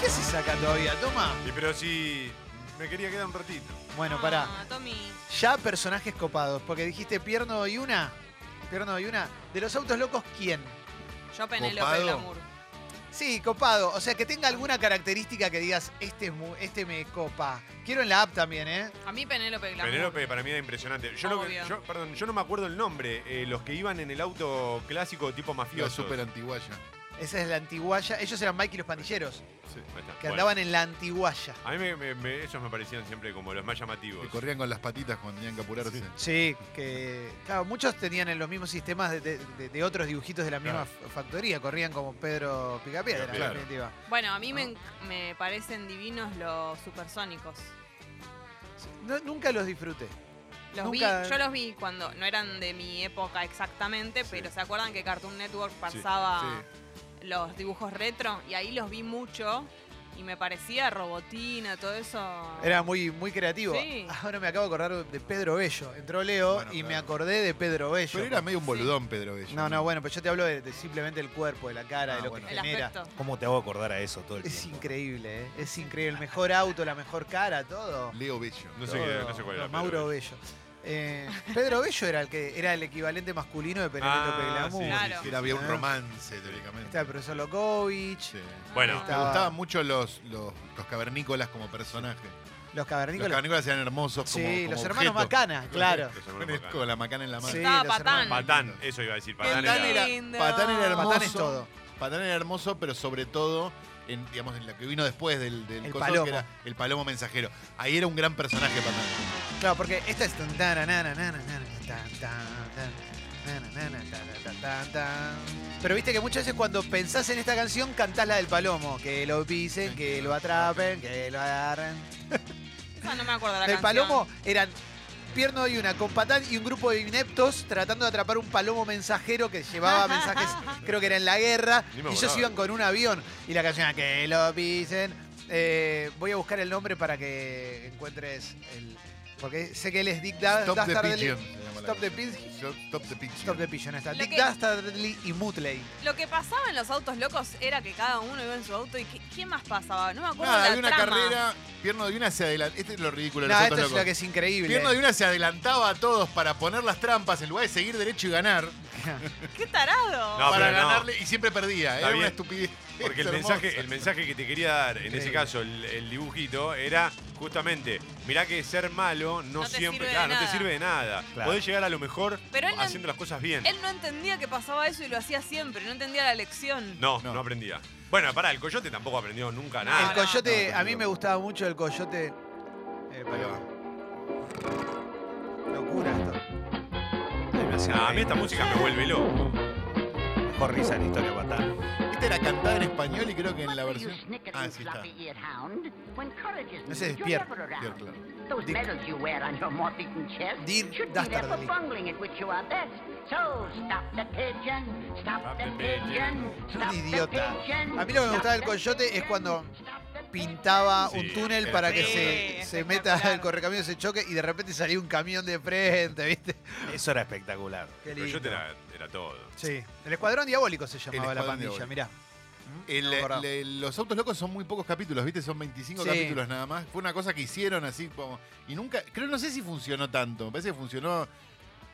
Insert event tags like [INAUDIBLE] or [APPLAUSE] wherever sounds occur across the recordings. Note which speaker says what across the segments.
Speaker 1: qué se saca todavía? Toma.
Speaker 2: Y pero si me quería quedar un ratito.
Speaker 1: Bueno, pará.
Speaker 3: No, Ah, Tommy.
Speaker 1: Ya personajes copados, porque dijiste Pierno y una. Pierno y una. De los autos locos, ¿quién?
Speaker 3: Yo Penelope
Speaker 2: Copado.
Speaker 3: Glamour.
Speaker 1: Sí, copado. O sea, que tenga alguna característica que digas, este, es mu- este me copa. Quiero en la app también, ¿eh?
Speaker 3: A mí Penélope Glamour.
Speaker 2: Penélope para mí era impresionante. Yo, lo que-
Speaker 3: Obvio.
Speaker 2: yo- perdón, yo no me acuerdo el nombre. eh, los que iban en el auto clásico tipo
Speaker 4: La
Speaker 2: mafioso.
Speaker 4: super antiguaya.
Speaker 1: Esa es la antiguaya. Ellos eran Mike y los pandilleros,
Speaker 4: Sí.
Speaker 1: que andaban en la antiguaya.
Speaker 2: A mí me- me- me- esos me parecían siempre como los más llamativos.
Speaker 4: Que corrían con las patitas cuando tenían que apurarse.
Speaker 1: Sí, que. Claro, muchos tenían en los mismos sistemas de, de- de- de otros dibujitos de la misma fa- factoría. Corrían como Pedro Picapiedra, en
Speaker 2: Claro.
Speaker 1: definitiva.
Speaker 3: Bueno, a mí me, enc- me parecen divinos los supersónicos.
Speaker 1: No, nunca los disfruté.
Speaker 3: Los
Speaker 1: Nunca-
Speaker 3: vi, yo los vi cuando no eran de mi época exactamente, pero ¿se acuerdan que Cartoon Network pasaba los dibujos retro? Y ahí los vi mucho y me parecía robotina, todo eso.
Speaker 1: Era muy, muy creativo.
Speaker 3: Sí.
Speaker 1: [LAUGHS] Ahora me acabo de acordar de Pedro Bello. Entró Leo
Speaker 4: Bueno,
Speaker 1: y me
Speaker 4: claro.
Speaker 1: acordé de Pedro Bello.
Speaker 4: Pero era medio un
Speaker 3: Sí.
Speaker 4: boludón, Pedro Bello.
Speaker 1: No, no, bueno, pero yo te hablo de, de simplemente el cuerpo, de la cara,
Speaker 4: Ah,
Speaker 1: de lo
Speaker 4: bueno.
Speaker 1: que
Speaker 3: el
Speaker 1: genera.
Speaker 3: aspecto.
Speaker 5: ¿Cómo te hago acordar a eso todo el
Speaker 1: Es
Speaker 5: tiempo?
Speaker 1: increíble, ¿eh? Es increíble. El mejor auto, la mejor cara, todo.
Speaker 4: Leo Bello.
Speaker 2: No sé, qué- no sé
Speaker 1: Todo.
Speaker 2: cuál era. pero-
Speaker 1: Mauro Bello. Eh, Pedro Bello era el que era el equivalente masculino de Penelope
Speaker 2: Ah, sí,
Speaker 1: Glamour.
Speaker 3: Claro.
Speaker 4: Que era- había un
Speaker 1: Ah.
Speaker 4: romance, teóricamente.
Speaker 1: Está el profesor Lokovic.
Speaker 4: Sí.
Speaker 2: Bueno,
Speaker 4: Me
Speaker 1: Ah.
Speaker 4: gustaban mucho los, los, los cavernícolas como personaje.
Speaker 1: Los
Speaker 4: Los
Speaker 1: cavernícolas.
Speaker 4: cavernícolas eran hermosos como
Speaker 1: sí,
Speaker 4: como
Speaker 1: los hermanos
Speaker 4: objeto.
Speaker 1: Macana, claro.
Speaker 2: los
Speaker 4: Con
Speaker 2: hermanos
Speaker 4: esto,
Speaker 2: Patán.
Speaker 4: la macana en la mano.
Speaker 1: Sí,
Speaker 3: Estaba
Speaker 1: los hermanos-
Speaker 3: Patán.
Speaker 2: Patán, eso iba a decir. Patán,
Speaker 3: Patán
Speaker 2: era-
Speaker 3: era-
Speaker 4: Patán era hermoso.
Speaker 1: Patán es todo.
Speaker 4: Patán era hermoso, pero sobre todo en, digamos, en lo que vino después del, del
Speaker 1: El
Speaker 4: coso,
Speaker 1: palomo.
Speaker 4: que era el palomo mensajero. Ahí era un gran personaje Patán.
Speaker 1: Claro, porque esta es. tan, tan, nan, nan, nan, nan, tan, tan, tan, nan, nan, nan, tan, tan, tan, tan. Pero viste que muchas veces cuando pensás en esta canción cantás la del palomo. Que lo pisen, que lo atrapen, que lo agarren.
Speaker 3: Esa no me acuerdo la
Speaker 1: Del
Speaker 3: canción.
Speaker 1: palomo eran Pierno y una, con patán y un grupo de ineptos tratando de atrapar un palomo mensajero que llevaba
Speaker 3: [LAUGHS]
Speaker 1: mensajes, creo que era en la guerra,
Speaker 2: Ni
Speaker 1: y
Speaker 2: me
Speaker 1: ellos
Speaker 2: acordaba.
Speaker 1: iban con un avión. Y la canción era que lo pisen. Eh, voy a buscar el nombre para que encuentres el. Porque sé que él es Dick Da-
Speaker 4: Stop the
Speaker 1: Dastardly.
Speaker 4: Pigeon. se llama la
Speaker 1: Stop the
Speaker 4: canción. Stop the Pigeon.
Speaker 1: Stop the Pigeon, ahí está.
Speaker 3: Lo
Speaker 1: Dick
Speaker 3: que-
Speaker 1: Dastardly y Mutley.
Speaker 3: Lo que pasaba en los autos locos era que cada uno iba en su auto y que- ¿quién más pasaba? No me acuerdo
Speaker 4: Nada,
Speaker 3: la
Speaker 4: había una
Speaker 3: trama.
Speaker 4: carrera. Pierno de una se adelantaba. Este es lo ridículo de
Speaker 1: No,
Speaker 4: los
Speaker 1: esta
Speaker 4: autos
Speaker 1: es la
Speaker 4: locos.
Speaker 1: que es increíble.
Speaker 4: Pierno
Speaker 1: eh.
Speaker 4: de una se adelantaba a todos para poner las trampas en lugar de seguir derecho y ganar.
Speaker 3: ¡Qué tarado!
Speaker 2: No,
Speaker 4: para
Speaker 2: pero no.
Speaker 4: ganarle y siempre perdía.
Speaker 2: Está
Speaker 4: Era una
Speaker 2: bien,
Speaker 4: estupidez.
Speaker 2: Porque el
Speaker 4: hermosa.
Speaker 2: mensaje, el mensaje que te quería dar, en ese
Speaker 1: Increíble.
Speaker 2: caso, el, el dibujito, era justamente, mirá que ser malo no,
Speaker 3: No te
Speaker 2: siempre,
Speaker 3: sirve de
Speaker 2: claro, no te
Speaker 3: nada.
Speaker 2: sirve de nada.
Speaker 5: Claro.
Speaker 2: Podés llegar a lo mejor
Speaker 3: Pero él no-
Speaker 2: haciendo las cosas bien.
Speaker 3: Él no entendía que pasaba eso y lo hacía siempre, no entendía la lección.
Speaker 2: No, no,
Speaker 4: No.
Speaker 2: aprendía. Bueno, pará, el coyote tampoco aprendió nunca
Speaker 3: No,
Speaker 2: nada.
Speaker 1: El coyote,
Speaker 4: no,
Speaker 1: a mí me gustaba mucho el coyote. eh, El
Speaker 4: Ahí
Speaker 1: palomo.
Speaker 4: va.
Speaker 1: Locura esto.
Speaker 5: Ay, me hacía
Speaker 2: Nah, a mí
Speaker 5: reír.
Speaker 2: esta música me vuelve loco.
Speaker 5: Mejor risa en historia Patán.
Speaker 4: Esta Este era cantada en español y creo que en la
Speaker 6: Whether you
Speaker 4: versión.
Speaker 6: snicker
Speaker 4: Ah,
Speaker 6: and
Speaker 4: sí está.
Speaker 6: floppy-eared hound, when courage is
Speaker 1: Ese
Speaker 6: needed,
Speaker 1: es
Speaker 6: you're
Speaker 1: Pierre.
Speaker 6: never around.
Speaker 4: Pierre, claro.
Speaker 6: Those
Speaker 1: Dick-
Speaker 6: medals you wear on your moth-eaten chest
Speaker 1: Dear
Speaker 6: should be there for
Speaker 1: Dastardly.
Speaker 6: bungling at which you are best. So stop the pigeon, stop,
Speaker 2: Stop
Speaker 6: the,
Speaker 2: the
Speaker 6: pigeon,
Speaker 2: pigeon.
Speaker 1: Es un
Speaker 6: stop
Speaker 1: idiota.
Speaker 6: the pigeon.
Speaker 1: A mí lo que me
Speaker 6: stop
Speaker 1: gustaba del
Speaker 6: the
Speaker 1: coyote es
Speaker 6: pigeon,
Speaker 1: cuando
Speaker 6: stop the pigeon.
Speaker 1: pintaba
Speaker 2: Sí,
Speaker 1: un túnel
Speaker 2: era
Speaker 1: para que
Speaker 3: espectacular.
Speaker 1: se,
Speaker 3: Sí,
Speaker 1: se meta
Speaker 3: espectacular.
Speaker 1: el correcaminos, se choque y de repente salía un camión de frente, [LAUGHS] ¿viste?
Speaker 5: Eso era espectacular.
Speaker 1: Qué
Speaker 2: El
Speaker 1: lindo.
Speaker 2: coyote era, era todo.
Speaker 1: Sí, el Escuadrón Diabólico se llamaba la
Speaker 4: Escuadrón
Speaker 1: pandilla,
Speaker 4: Diabólico.
Speaker 1: mirá.
Speaker 4: El-
Speaker 1: No me acordaba.
Speaker 4: le- los autos locos son muy pocos capítulos, ¿viste? Son 25
Speaker 1: Sí.
Speaker 4: capítulos nada más. Fue una cosa que hicieron así como. Y nunca. Creo, no sé si funcionó tanto. Me parece que funcionó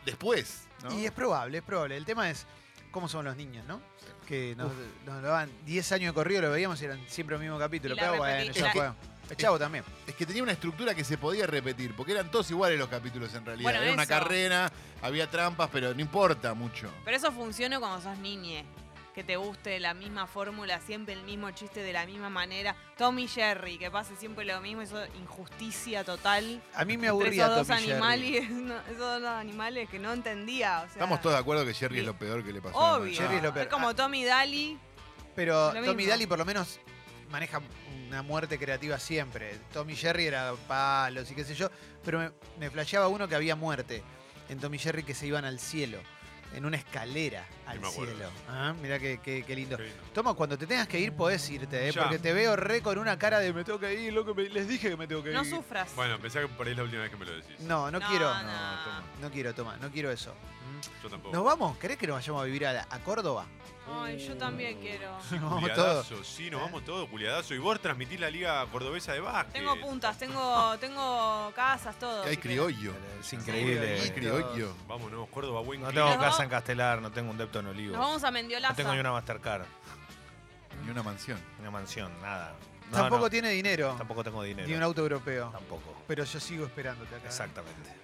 Speaker 4: después, ¿no?
Speaker 1: Y es probable, es probable. El tema es cómo son los niños, ¿no? Que nos, nos daban 10 años de corrido, lo veíamos y eran siempre el mismo capítulo.
Speaker 3: Y la
Speaker 1: Pero bueno,
Speaker 3: repetí-
Speaker 1: ya
Speaker 4: la-
Speaker 1: fue. El chavo también.
Speaker 4: Es que tenía una estructura que se podía repetir, porque eran todos iguales los capítulos en realidad.
Speaker 3: Bueno,
Speaker 4: Era una
Speaker 3: eso.
Speaker 4: carrera, había trampas, pero no importa mucho.
Speaker 3: Pero eso funciona cuando sos niñe. Que te guste la misma fórmula, siempre el mismo chiste de la misma manera. Tommy Jerry, que pase siempre lo mismo, eso injusticia total.
Speaker 1: A mí me
Speaker 3: Entre
Speaker 1: aburría
Speaker 3: esos dos
Speaker 1: Tommy Jerry.
Speaker 3: animales, [LAUGHS] no, esos dos animales que no entendía. o sea,
Speaker 4: Estamos todos de acuerdo que Jerry
Speaker 3: sí.
Speaker 4: es lo peor que le pasó. a la
Speaker 3: Obvio.
Speaker 1: Jerry
Speaker 4: humanidad.
Speaker 1: es lo peor.
Speaker 3: como Tommy Daly.
Speaker 1: Pero
Speaker 3: Lo
Speaker 1: Tommy
Speaker 3: mismo.
Speaker 1: Daly por lo menos maneja una muerte creativa siempre. Tommy Jerry era palos y qué sé yo, pero me, me flasheaba uno que había muerte en Tommy Jerry que se iban al cielo, en una escalera al
Speaker 2: me acuerdo.
Speaker 1: cielo. Ah, mirá qué, qué- qué lindo.
Speaker 2: Qué lindo.
Speaker 1: Toma, cuando te tengas que ir podés irte, ¿eh?
Speaker 2: Ya.
Speaker 1: porque te veo re con una cara de me tengo que ir, loco, me- les dije que me tengo que
Speaker 3: No
Speaker 1: ir.
Speaker 3: sufras.
Speaker 2: Bueno, pensá que por ahí es la última vez que me lo decís.
Speaker 1: No, no, quiero.
Speaker 3: no.
Speaker 1: No quiero, toma, no quiero eso. Mm.
Speaker 2: Yo
Speaker 5: Oh.
Speaker 2: tampoco.
Speaker 1: ¿Nos vamos? ¿Querés que nos vayamos a vivir a, la- a
Speaker 5: [LAUGHS]
Speaker 1: Córdoba?
Speaker 3: Ay, yo también quiero.
Speaker 1: Nos vamos todos.
Speaker 2: Culiadazo, sí, nos vamos todos, culiadazo. Y vos transmitís la liga cordobesa de básquet.
Speaker 3: Tengo puntas, tengo, tengo casas, todo.
Speaker 4: Hay
Speaker 3: si querés.
Speaker 4: criollo.
Speaker 5: Es
Speaker 4: Hay
Speaker 5: increíble.
Speaker 4: criollo.
Speaker 2: Vámonos, Córdoba, buen
Speaker 5: No
Speaker 2: clima.
Speaker 5: tengo casa en Castelar, no tengo un depto en Olivos.
Speaker 3: Nos vamos a
Speaker 5: no
Speaker 3: Mendiolaza.
Speaker 5: tengo ni una Mastercard,
Speaker 4: Y una mansión.
Speaker 5: ni una mansión, nada. No,
Speaker 1: Tampoco
Speaker 5: no,
Speaker 1: tiene dinero.
Speaker 5: tampoco tengo dinero.
Speaker 1: Ni un auto europeo.
Speaker 5: Tampoco.
Speaker 1: Pero yo sigo esperándote acá. ¿eh?
Speaker 5: Exactamente.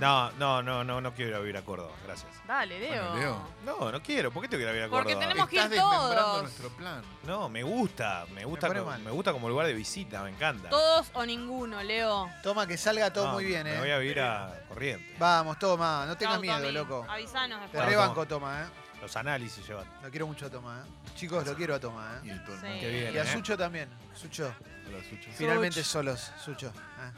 Speaker 5: No, no, no, no, no quiero ir a vivir a Córdoba, gracias.
Speaker 3: Dale, Leo.
Speaker 4: Bueno, Leo.
Speaker 5: No, no quiero. ¿Por qué te quiero ir a vivir a
Speaker 3: Porque
Speaker 5: Córdoba?
Speaker 3: tenemos- que ir
Speaker 4: Estás desmembrando
Speaker 3: todos.
Speaker 4: nuestro plan.
Speaker 5: No, me gusta, me gusta,
Speaker 1: pone
Speaker 5: co- me,
Speaker 1: mal.
Speaker 5: gusta como lugar de visita, me encanta.
Speaker 3: Todos o ninguno, Leo.
Speaker 1: Toma, que salga todo
Speaker 5: No,
Speaker 1: muy bien,
Speaker 5: Me
Speaker 1: ¿eh?
Speaker 5: voy a vivir a Corrientes.
Speaker 1: Vamos, toma, no tengas
Speaker 3: Chau,
Speaker 1: miedo,
Speaker 3: Tommy.
Speaker 1: loco.
Speaker 3: Avisanos
Speaker 1: Te
Speaker 5: Chau,
Speaker 3: después.
Speaker 1: rebanco, toma, ¿eh?
Speaker 5: Los análisis llevan.
Speaker 1: Lo quiero mucho a Toma, ¿eh? Chicos, lo quiero a Toma,
Speaker 4: Y
Speaker 1: ¿eh?
Speaker 4: todo el
Speaker 3: Sí.
Speaker 4: mundo.
Speaker 5: Qué bien.
Speaker 1: Y a
Speaker 5: ¿eh?
Speaker 1: Sucho también. Sucho,
Speaker 4: Hola, Sucho.
Speaker 1: finalmente solos, Sucho. ¿eh?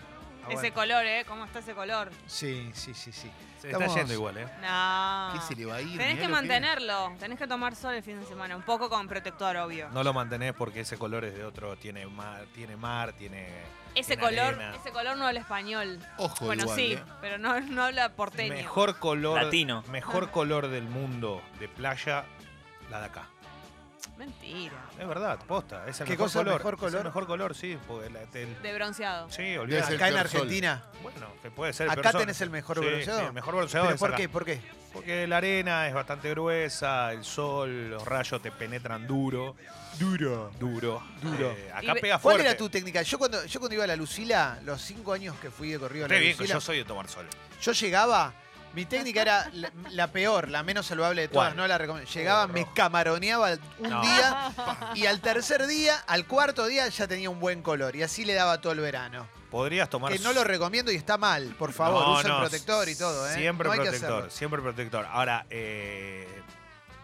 Speaker 1: Ah,
Speaker 3: Ese
Speaker 1: bueno.
Speaker 3: color, ¿eh? ¿Cómo está ese color?
Speaker 1: Sí, sí, sí, sí.
Speaker 5: Se
Speaker 1: Estamos-
Speaker 5: está yendo igual, ¿eh?
Speaker 3: No.
Speaker 4: ¿Qué se le va a ir?
Speaker 3: Tenés
Speaker 4: Mirá
Speaker 3: que
Speaker 4: lo
Speaker 3: mantenerlo. Tenés que tomar sol el fin de semana. Un poco con protector, obvio.
Speaker 5: No lo mantenés porque ese color es de otro, tiene mar, tiene mar, tiene.
Speaker 3: Ese
Speaker 5: tiene
Speaker 3: color,
Speaker 5: arena.
Speaker 3: ese color no habla español.
Speaker 4: Ojo
Speaker 3: bueno,
Speaker 4: igual,
Speaker 3: sí,
Speaker 4: ¿eh?
Speaker 3: pero no, no habla porteño.
Speaker 5: Mejor color.
Speaker 7: Latino.
Speaker 3: Ah.
Speaker 5: Mejor color del mundo de playa, la de acá.
Speaker 3: Mentira.
Speaker 5: Es verdad, posta. Es el
Speaker 1: ¿Qué
Speaker 5: mejor
Speaker 1: cosa?
Speaker 5: color.
Speaker 1: ¿Mejor
Speaker 5: Es
Speaker 1: color?
Speaker 5: el mejor color, sí. porque la- el-
Speaker 3: De bronceado.
Speaker 5: sí,
Speaker 4: Debe ser
Speaker 1: Acá
Speaker 5: olvidate.
Speaker 1: en
Speaker 4: peor sol.
Speaker 1: Argentina,
Speaker 5: Bueno, que puede ser. el
Speaker 1: acá
Speaker 5: peor sol.
Speaker 1: tenés el mejor
Speaker 5: Sí,
Speaker 1: bronceado.
Speaker 5: sí, el mejor bronceado
Speaker 1: ¿Pero
Speaker 5: es
Speaker 1: por
Speaker 5: acá.
Speaker 1: qué? ¿Por qué?
Speaker 5: Porque la arena es bastante gruesa, el sol, los rayos te penetran duro. Duro. Duro. Duro.
Speaker 3: Y
Speaker 5: acá
Speaker 3: ve-
Speaker 5: pega
Speaker 1: ¿Cuál
Speaker 5: fuerte.
Speaker 1: era tu técnica? Yo cuando, yo cuando iba a la Lucila, los cinco años que fui de corrido a la
Speaker 5: Re bien, que
Speaker 1: Lucila,
Speaker 5: yo soy de tomar sol.
Speaker 1: yo llegaba, mi técnica era la, la peor, la menos saludable de todas,
Speaker 5: ¿Cuál?
Speaker 1: no la recomiendo. Llegaba,
Speaker 5: Oh,
Speaker 1: me
Speaker 5: rojo.
Speaker 1: camaroneaba un
Speaker 5: No.
Speaker 3: [LAUGHS]
Speaker 1: día y al tercer día, al cuarto día ya tenía un buen color y así le daba todo el verano.
Speaker 5: Podrías tomar
Speaker 1: Que no lo recomiendo y está mal, por favor,
Speaker 5: No,
Speaker 1: usen
Speaker 5: no,
Speaker 1: protector y todo, ¿eh?
Speaker 5: Siempre
Speaker 1: No hay que
Speaker 5: protector,
Speaker 1: hacerlo.
Speaker 5: siempre protector. Ahora, eh,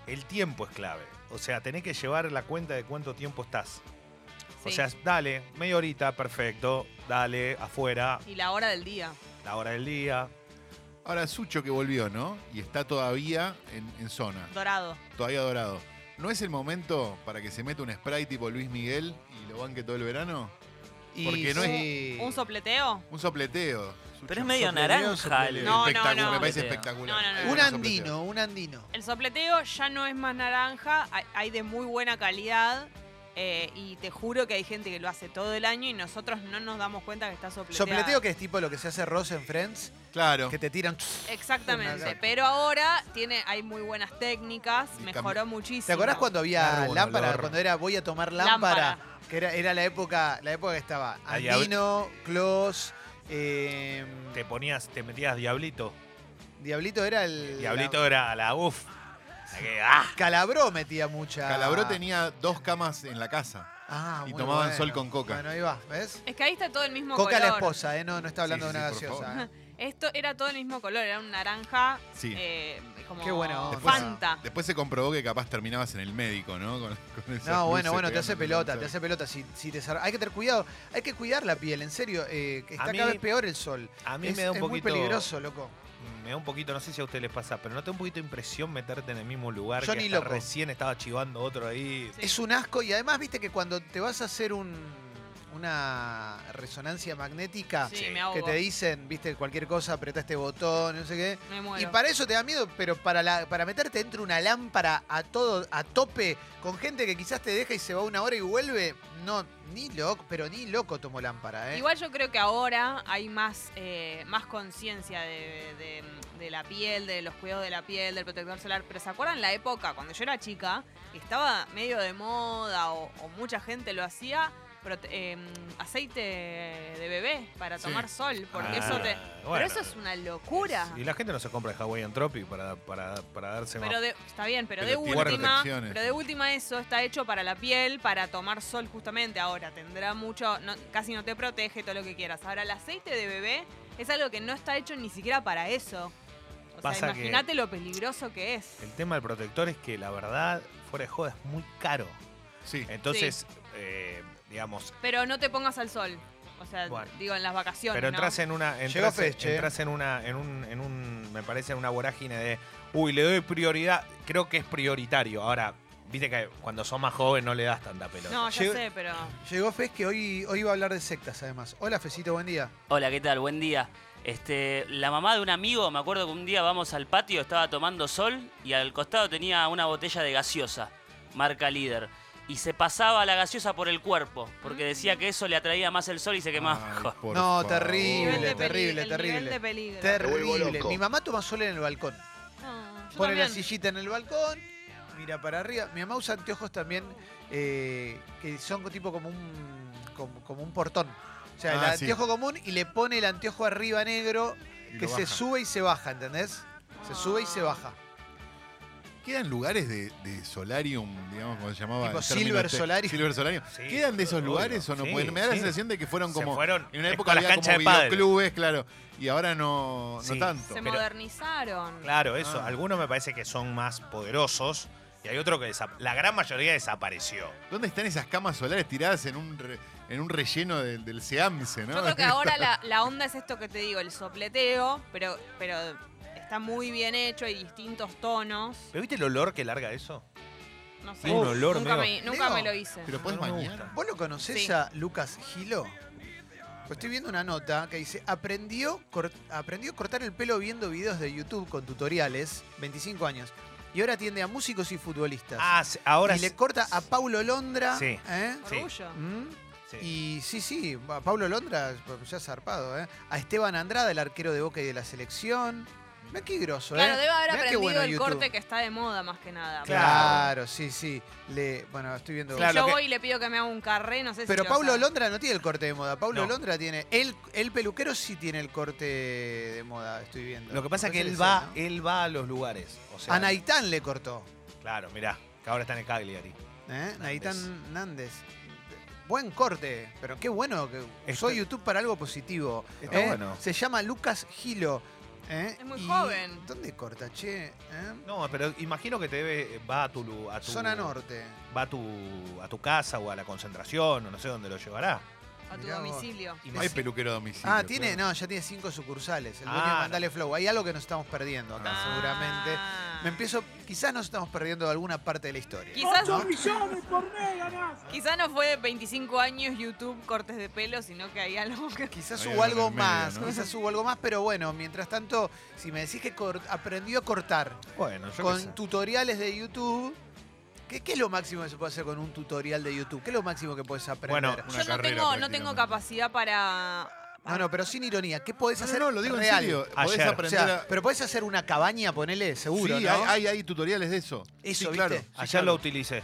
Speaker 5: el tiempo es clave. O sea, tenés que llevar la cuenta de cuánto tiempo estás. O
Speaker 3: Sí.
Speaker 5: sea, dale, media horita, perfecto. Dale, afuera,
Speaker 3: Y la hora del día.
Speaker 5: la hora del día.
Speaker 4: Ahora, Sucho que volvió, ¿no? Y está todavía en, en zona,
Speaker 3: Dorado.
Speaker 4: todavía dorado. ¿No es el momento para que se meta un spray tipo Luis Miguel y lo banque todo el verano?
Speaker 1: Y
Speaker 4: Porque no es-
Speaker 1: sí.
Speaker 3: ¿Un sopleteo?
Speaker 4: Un sopleteo. Sucho.
Speaker 7: Pero es medio
Speaker 1: Sopleleo,
Speaker 7: naranja.
Speaker 1: sopleleo.
Speaker 7: el-
Speaker 3: No, no,
Speaker 4: espectacular,
Speaker 3: no.
Speaker 4: me parece
Speaker 7: Sopleleo.
Speaker 4: espectacular.
Speaker 3: No, no, no.
Speaker 4: Hay
Speaker 1: Un
Speaker 4: buenos sopleteos.
Speaker 1: andino, un andino.
Speaker 3: El sopleteo ya no es más naranja, hay- hay de muy buena calidad. eh, y te juro que hay gente que lo hace todo el año y nosotros no nos damos cuenta que está sopleteado.
Speaker 1: Sopleteo que es tipo lo que se hace Ross en Friends,
Speaker 4: Claro.
Speaker 1: que te tiran...
Speaker 3: Exactamente,
Speaker 1: Exacto.
Speaker 3: pero ahora tiene, hay muy buenas técnicas,
Speaker 4: Y
Speaker 3: mejoró muchísimo.
Speaker 1: ¿Te acordás cuando había
Speaker 5: Largo,
Speaker 1: lámpara?
Speaker 5: olor.
Speaker 1: Cuando era voy a tomar lámpara.
Speaker 3: Lámpara.
Speaker 1: Que era, era la época, la época que estaba.
Speaker 5: La diab-
Speaker 1: Andino, Clos, eh,
Speaker 5: Te ponías, te metías diablito.
Speaker 1: Diablito era el.
Speaker 5: Diablito
Speaker 1: la-
Speaker 5: era a la uff. la que, ah.
Speaker 1: Calabró metía mucha.
Speaker 4: Calabró tenía dos camas en la casa.
Speaker 1: Ah,
Speaker 4: y
Speaker 1: muy
Speaker 4: tomaban
Speaker 1: bueno.
Speaker 4: sol con coca.
Speaker 1: Bueno, ahí va, ¿ves?
Speaker 3: Es que ahí está todo el mismo
Speaker 1: Coca la
Speaker 3: color.
Speaker 1: esposa, ¿eh? No, no está hablando
Speaker 4: Sí, sí,
Speaker 1: de una
Speaker 4: sí, por
Speaker 1: gaseosa. ¿eh?
Speaker 3: Esto era todo el mismo color, era un naranja
Speaker 4: Sí.
Speaker 3: eh, como
Speaker 1: Qué buena onda.
Speaker 3: Fanta.
Speaker 4: Después se comprobó que capaz terminabas en el médico, ¿no? Con, con esas
Speaker 1: No, bueno, bueno,
Speaker 4: luces
Speaker 1: te
Speaker 4: pegándote
Speaker 1: hace
Speaker 4: en
Speaker 1: pelota,
Speaker 4: el
Speaker 1: te
Speaker 4: sol.
Speaker 1: hace pelota. Si, si te sar- Hay que tener cuidado, hay que cuidar la piel, en serio. eh, que está
Speaker 5: mí-
Speaker 1: cada vez peor el sol.
Speaker 5: A mí
Speaker 1: es,
Speaker 5: me da un
Speaker 1: es
Speaker 5: poquito.
Speaker 1: muy peligroso, loco.
Speaker 5: Me da un poquito, no sé si a ustedes les pasa, pero no te da un poquito de impresión meterte en el mismo lugar
Speaker 1: Yo
Speaker 5: que
Speaker 1: ni
Speaker 5: hasta
Speaker 1: loco.
Speaker 5: recién estaba chivando otro ahí.
Speaker 3: Sí.
Speaker 1: Es un asco y además, viste que cuando te vas a hacer un, una resonancia magnética,
Speaker 3: Sí,
Speaker 5: Sí.
Speaker 3: me ahogo.
Speaker 1: que te dicen, viste, cualquier cosa, apretá este botón, no sé qué.
Speaker 3: Me
Speaker 1: Y
Speaker 3: muero.
Speaker 1: para eso te da miedo, pero para, la, para meterte dentro de una lámpara a todo, a tope, con gente que quizás te deja y se va una hora y vuelve, no, ni loco, pero ni loco tomo lámpara, ¿eh?
Speaker 3: Igual yo creo que ahora hay más, eh, más conciencia de, de- de la piel, de los cuidados de la piel, del protector solar. Pero ¿se acuerdan la época, cuando yo era chica, estaba medio de moda o, o mucha gente lo hacía? prote- eh, aceite de bebé para
Speaker 4: Sí.
Speaker 3: tomar sol, porque
Speaker 5: Ah,
Speaker 3: eso te...
Speaker 5: bueno.
Speaker 3: Pero eso es una locura.
Speaker 5: Y la gente no se compra el Hawaiian Tropic para, para, para darse más
Speaker 3: Pero de- está bien, pero,
Speaker 4: Pero
Speaker 3: de
Speaker 4: tiene
Speaker 3: última,
Speaker 4: protecciones.
Speaker 3: pero de última eso está hecho para la piel, para tomar sol justamente. Ahora tendrá mucho, no- casi no te protege todo lo que quieras. Ahora el aceite de bebé es algo que no está hecho ni siquiera para eso. O sea,
Speaker 5: Pasa que-
Speaker 3: imagínate lo peligroso que es.
Speaker 5: El tema del protector es que la verdad, fuera de joda, es muy caro.
Speaker 4: Sí.
Speaker 5: Entonces, eh, digamos,
Speaker 3: Pero no te pongas al sol. O sea,
Speaker 5: Bueno.
Speaker 3: digo en las vacaciones.
Speaker 5: pero
Speaker 3: ¿no?
Speaker 5: entras en una.
Speaker 1: Llegó
Speaker 5: Entras,
Speaker 1: Fech, eh.
Speaker 5: entras en una. En un, en un. Me parece en una vorágine de. Uy, le doy prioridad. Creo que es prioritario. Ahora, viste que cuando sos más joven no le das tanta pelota.
Speaker 3: No, ya
Speaker 1: Llega-
Speaker 3: sé, pero.
Speaker 1: Llegó Fez que hoy, hoy iba a hablar de sectas, además. Hola, Fecito, buen día.
Speaker 7: Hola, ¿qué tal? Buen día. Este, la mamá de un amigo, me acuerdo que un día vamos al patio, estaba tomando sol y al costado tenía una botella de gaseosa, marca líder. Y se pasaba la gaseosa por el cuerpo, porque decía que eso le atraía más el sol y se quemaba
Speaker 4: Ay,
Speaker 7: mejor.
Speaker 4: por
Speaker 1: No,
Speaker 4: favor.
Speaker 1: terrible,
Speaker 3: Nivel de
Speaker 1: terrible,
Speaker 3: peli- el nivel de
Speaker 1: terrible.
Speaker 3: peligro.
Speaker 1: Terrible. Mi mamá toma sol en el balcón.
Speaker 3: No, yo
Speaker 1: Pone la
Speaker 3: también.
Speaker 1: sillita en el balcón, mira para arriba. Mi mamá usa anteojos también eh, que son tipo como un, como, como un portón. O sea,
Speaker 4: Ah,
Speaker 1: el
Speaker 4: sí.
Speaker 1: anteojo común y le pone el anteojo arriba negro
Speaker 4: Y lo
Speaker 1: que se
Speaker 4: baja.
Speaker 1: sube y se baja, ¿entendés? Se sube y se baja.
Speaker 4: ¿Quedan lugares de, de solarium, digamos, como se llamaba?
Speaker 1: Tipo
Speaker 4: el término
Speaker 1: Silver
Speaker 4: este?
Speaker 1: Solarium.
Speaker 4: Silver Solarium.
Speaker 5: Sí,
Speaker 4: ¿Quedan de esos
Speaker 5: obvio.
Speaker 4: lugares o no?
Speaker 5: Sí,
Speaker 4: Porque me da la
Speaker 5: sí.
Speaker 4: sensación de que fueron
Speaker 5: Se
Speaker 4: como...
Speaker 5: fueron.
Speaker 4: En una
Speaker 5: Es
Speaker 4: época
Speaker 5: con las
Speaker 4: había como
Speaker 5: canchas de pádel.
Speaker 4: videoclubes, claro. Y ahora no, no
Speaker 5: Sí.
Speaker 4: tanto.
Speaker 3: Se
Speaker 5: Pero-
Speaker 3: modernizaron.
Speaker 5: Claro, eso.
Speaker 4: Ah.
Speaker 5: Algunos me parece que son más poderosos y hay otro que desa- la gran mayoría desapareció.
Speaker 4: ¿Dónde están esas camas solares tiradas en un, re- en un relleno del- del Seamse, no?
Speaker 3: Yo creo que ahora la, la onda es esto que te digo, el sopleteo, pero, pero está muy bien hecho, hay distintos tonos.
Speaker 5: ¿Pero viste el olor que larga eso?
Speaker 3: No sé.
Speaker 5: Tiene un olor
Speaker 3: nunca me,
Speaker 5: medio-
Speaker 3: nunca
Speaker 1: Leo,
Speaker 3: me lo hice.
Speaker 4: Pero puedes
Speaker 5: No me
Speaker 4: bañar.
Speaker 5: gusta.
Speaker 1: ¿Vos lo conocés
Speaker 3: Sí.
Speaker 1: a Lucas Gilo? Pues estoy viendo una nota que dice, aprendió, cor- aprendió a cortar el pelo viendo videos de YouTube con tutoriales, 25 años, y ahora atiende a músicos y futbolistas.
Speaker 5: Ah, sí, ahora
Speaker 1: y le
Speaker 5: sí.
Speaker 1: corta a Paulo Londra.
Speaker 5: Sí.
Speaker 1: ¿eh?
Speaker 5: Sí.
Speaker 3: Orgullo.
Speaker 1: ¿Mm?
Speaker 5: Sí.
Speaker 1: Y sí, sí, a Pablo Londra, pues, ya zarpado, ¿eh? A Esteban Andrada, el arquero de Boca y de la selección. Mirá qué groso,
Speaker 3: Claro,
Speaker 1: ¿eh?
Speaker 3: debe haber
Speaker 1: Mirá qué
Speaker 3: aprendido
Speaker 1: bueno
Speaker 3: el
Speaker 1: YouTube.
Speaker 3: corte que está de moda más que nada.
Speaker 5: Claro.
Speaker 1: Claro, sí, sí. Le, bueno, estoy viendo...
Speaker 5: Claro,
Speaker 3: Yo
Speaker 5: lo que-
Speaker 3: voy y le pido que me haga un carré, no sé si
Speaker 1: Pero
Speaker 3: lo
Speaker 1: Pablo
Speaker 3: sabe.
Speaker 1: Londra no tiene el corte de moda. Pablo
Speaker 5: No.
Speaker 1: Londra tiene... El, el peluquero sí tiene el corte de moda, estoy viendo.
Speaker 5: Lo que pasa es
Speaker 1: Me
Speaker 5: que
Speaker 1: parece
Speaker 5: él va,
Speaker 1: ¿no?
Speaker 5: él va a los lugares. O sea,
Speaker 1: A Naitán le cortó.
Speaker 5: Claro, mirá, que ahora está en el Cagliari.
Speaker 1: ¿eh? Naitán Nández. Buen corte, pero qué bueno que usó
Speaker 5: Está-
Speaker 1: YouTube para algo positivo.
Speaker 5: Está
Speaker 1: ¿eh?
Speaker 5: bueno.
Speaker 1: Se llama Lucas Gilo. ¿eh?
Speaker 3: Es muy
Speaker 1: Y-
Speaker 3: joven.
Speaker 1: ¿Dónde corta, che? ¿eh?
Speaker 5: No, pero imagino que te debe, va a tu, lu- a tu-
Speaker 1: Zona Norte.
Speaker 5: Va a tu, a tu casa o a la concentración o no sé dónde lo llevará.
Speaker 3: A tu
Speaker 1: Mirá vos.
Speaker 3: domicilio.
Speaker 4: No hay peluquero a domicilio.
Speaker 1: ah, tiene,
Speaker 4: claro.
Speaker 1: no, ya tiene cinco sucursales. El
Speaker 5: Ah,
Speaker 1: dueño de
Speaker 5: no.
Speaker 1: Mandale Flow. Hay algo que nos estamos perdiendo acá,
Speaker 3: Ah.
Speaker 1: seguramente. Me empiezo, quizás nos estamos perdiendo de alguna parte de la historia.
Speaker 3: Quizás-
Speaker 1: ¿no?
Speaker 3: Quizá no fue 25 años YouTube cortes de pelo, sino que hay algo que...
Speaker 1: Quizás
Speaker 4: Hay
Speaker 1: hubo
Speaker 4: algo
Speaker 1: algo
Speaker 4: en el medio,
Speaker 1: más,
Speaker 4: ¿no?
Speaker 1: quizás hubo algo más, pero bueno, mientras tanto, si me decís que cor- aprendió a cortar
Speaker 5: Bueno, yo qué sé.
Speaker 1: con tutoriales de YouTube. ¿Qué, qué es lo máximo que se puede hacer con un tutorial de YouTube? ¿Qué es lo máximo que puedes aprender?
Speaker 4: Bueno, Una
Speaker 3: Yo no
Speaker 4: carrera
Speaker 3: tengo, no tengo
Speaker 4: prácticamente.
Speaker 3: capacidad para...
Speaker 1: no, no, pero sin ironía. ¿Qué podés
Speaker 4: No,
Speaker 1: hacer?
Speaker 4: no, lo digo en
Speaker 1: real?
Speaker 4: serio. Podés
Speaker 5: Ayer.
Speaker 1: O
Speaker 4: aprender
Speaker 1: sea,
Speaker 4: a...
Speaker 1: pero podés hacer una cabaña, ponele, seguro,
Speaker 4: sí,
Speaker 1: ¿no?
Speaker 4: hay, hay, hay tutoriales de eso.
Speaker 1: Eso,
Speaker 4: Sí,
Speaker 1: ¿viste?
Speaker 4: claro.
Speaker 1: Sí,
Speaker 5: Ayer
Speaker 1: claro.
Speaker 5: lo utilicé.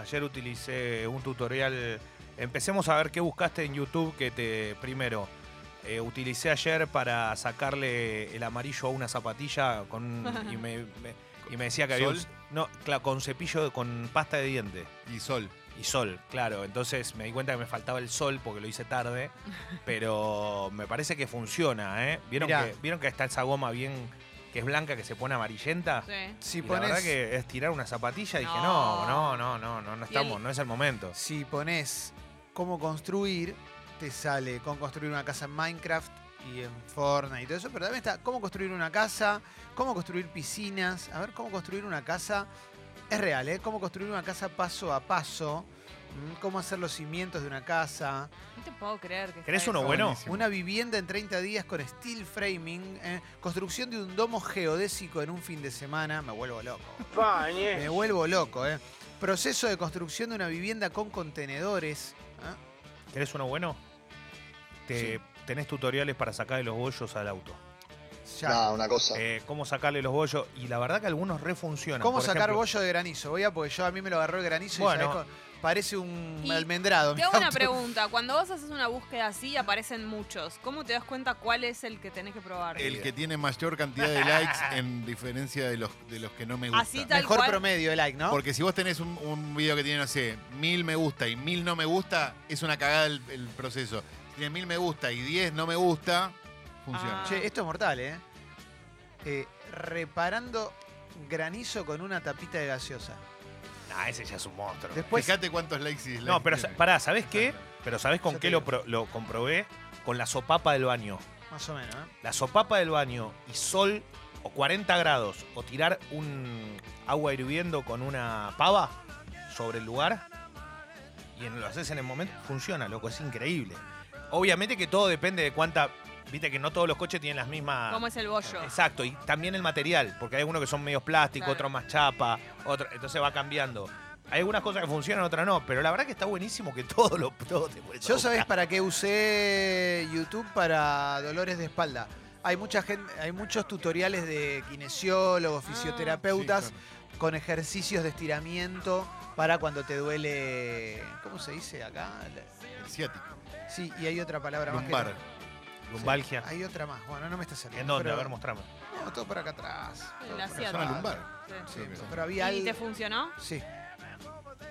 Speaker 5: Ayer utilicé un tutorial. Empecemos a ver qué buscaste en YouTube que te. Primero, eh, utilicé ayer para sacarle el amarillo a una zapatilla con un- y, me, me- y me decía que había. un-
Speaker 4: ¿Sol?
Speaker 5: no, cla- con cepillo, de- con pasta de diente.
Speaker 4: Y sol.
Speaker 5: Y sol, claro. Entonces me di cuenta que me faltaba el sol porque lo hice tarde. Pero me parece que funciona, ¿eh? ¿Vieron,
Speaker 1: Mirá.
Speaker 5: que, ¿vieron que está esa goma bien. que es blanca, que se pone amarillenta?
Speaker 3: Sí.
Speaker 1: Si
Speaker 5: Y La verdad
Speaker 1: pones,
Speaker 5: que es tirar una zapatilla, dije, no,
Speaker 3: No.
Speaker 5: no, no, no, no,
Speaker 3: Y
Speaker 5: no estamos,
Speaker 3: el-
Speaker 5: no es el momento.
Speaker 1: si pones cómo construir, te sale con construir una casa en Minecraft y en Fortnite y todo eso, pero también está cómo construir una casa, cómo construir piscinas, a ver cómo construir una casa, es real, ¿eh? Cómo construir una casa paso a paso, mm, cómo hacer los cimientos de una casa,
Speaker 3: No te puedo creer que...
Speaker 5: ¿Querés
Speaker 3: está
Speaker 5: uno
Speaker 3: eso.
Speaker 5: bueno?
Speaker 4: buenísimo.
Speaker 1: una vivienda en 30 días con steel framing, ¿eh? construcción de un domo geodésico en un fin de semana, me vuelvo loco. Me vuelvo loco, ¿eh? Proceso de construcción de una vivienda con contenedores. ¿eh?
Speaker 5: ¿Tenés uno bueno? Te, Tenés tutoriales para sacarle los bollos al auto.
Speaker 1: Ya.
Speaker 8: una cosa.
Speaker 5: Eh, ¿Cómo sacarle los bollos? Y la verdad que algunos refuncionan.
Speaker 1: ¿Cómo
Speaker 5: Por
Speaker 1: sacar
Speaker 5: ejemplo,
Speaker 1: bollo de granizo? Voy a, porque yo a mí me lo agarró el granizo y
Speaker 5: Bueno.
Speaker 1: ¿sabés co- parece un
Speaker 3: Y
Speaker 1: almendrado. mi
Speaker 3: Te hago una
Speaker 1: auto.
Speaker 3: pregunta. Cuando vos haces una búsqueda así, aparecen muchos. ¿Cómo te das cuenta cuál es el que tenés que probar?
Speaker 4: El que tiene mayor cantidad de likes en diferencia de los, de los que no me gustan.
Speaker 3: Así tal
Speaker 1: Mejor
Speaker 3: cual.
Speaker 1: promedio de like, ¿no?
Speaker 4: Porque si vos tenés un, un video que tiene, no sé, mil me gusta y mil no me gusta, es una cagada el, el proceso. Si tiene mil me gusta y diez no me gusta, funciona.
Speaker 3: Ah.
Speaker 1: Che, esto es mortal, ¿eh? Eh, Reparando granizo con una tapita de gaseosa.
Speaker 5: Nah, ese ya es un monstruo.
Speaker 1: Después,
Speaker 4: Fíjate cuántos likes y dislikes.
Speaker 5: No, pero sa-
Speaker 4: tiene.
Speaker 5: pará, ¿sabés qué? Pero ¿sabés
Speaker 1: Ya
Speaker 5: con
Speaker 1: te
Speaker 5: qué lo,
Speaker 1: digo.
Speaker 5: pro- lo comprobé? Con la sopapa del baño.
Speaker 1: más o menos, ¿eh?
Speaker 5: La sopapa del baño y sol o 40 grados o tirar un agua hirviendo con una pava sobre el lugar y en- lo haces en el momento, funciona, loco, es increíble. Obviamente que todo depende de cuánta Viste que no todos los coches tienen las mismas.
Speaker 3: ¿Cómo es el bollo?
Speaker 5: Exacto, y también el material, porque hay algunos que son medios plásticos,
Speaker 3: Claro.
Speaker 5: otros más chapa, otro, entonces va cambiando. Hay algunas cosas que funcionan, otras no, pero la verdad que está buenísimo que todo lo todo te puede
Speaker 1: Yo
Speaker 5: tocar.
Speaker 1: sabés para qué usé YouTube para dolores de espalda. Hay mucha gente, hay muchos tutoriales de kinesiólogos,
Speaker 3: Ah.
Speaker 1: fisioterapeutas
Speaker 4: Sí,
Speaker 1: con ejercicios de estiramiento para cuando te duele, ¿cómo se dice acá? La-
Speaker 4: El ciático.
Speaker 1: Sí, y hay otra palabra más.
Speaker 4: Lumbar.
Speaker 1: que no-
Speaker 5: Lumbalgia.
Speaker 1: Hay otra más. Bueno, no me está saliendo.
Speaker 5: ¿En dónde?
Speaker 1: pero-
Speaker 5: A ver, mostrame.
Speaker 1: No, todo por acá atrás. todo
Speaker 3: La
Speaker 1: por
Speaker 3: ciática.
Speaker 1: atrás.
Speaker 4: Zona lumbar.
Speaker 3: Sí.
Speaker 1: Sí,
Speaker 4: Creo que sí.
Speaker 1: pero había
Speaker 3: ¿Y
Speaker 1: algo.
Speaker 3: te funcionó?
Speaker 1: Sí.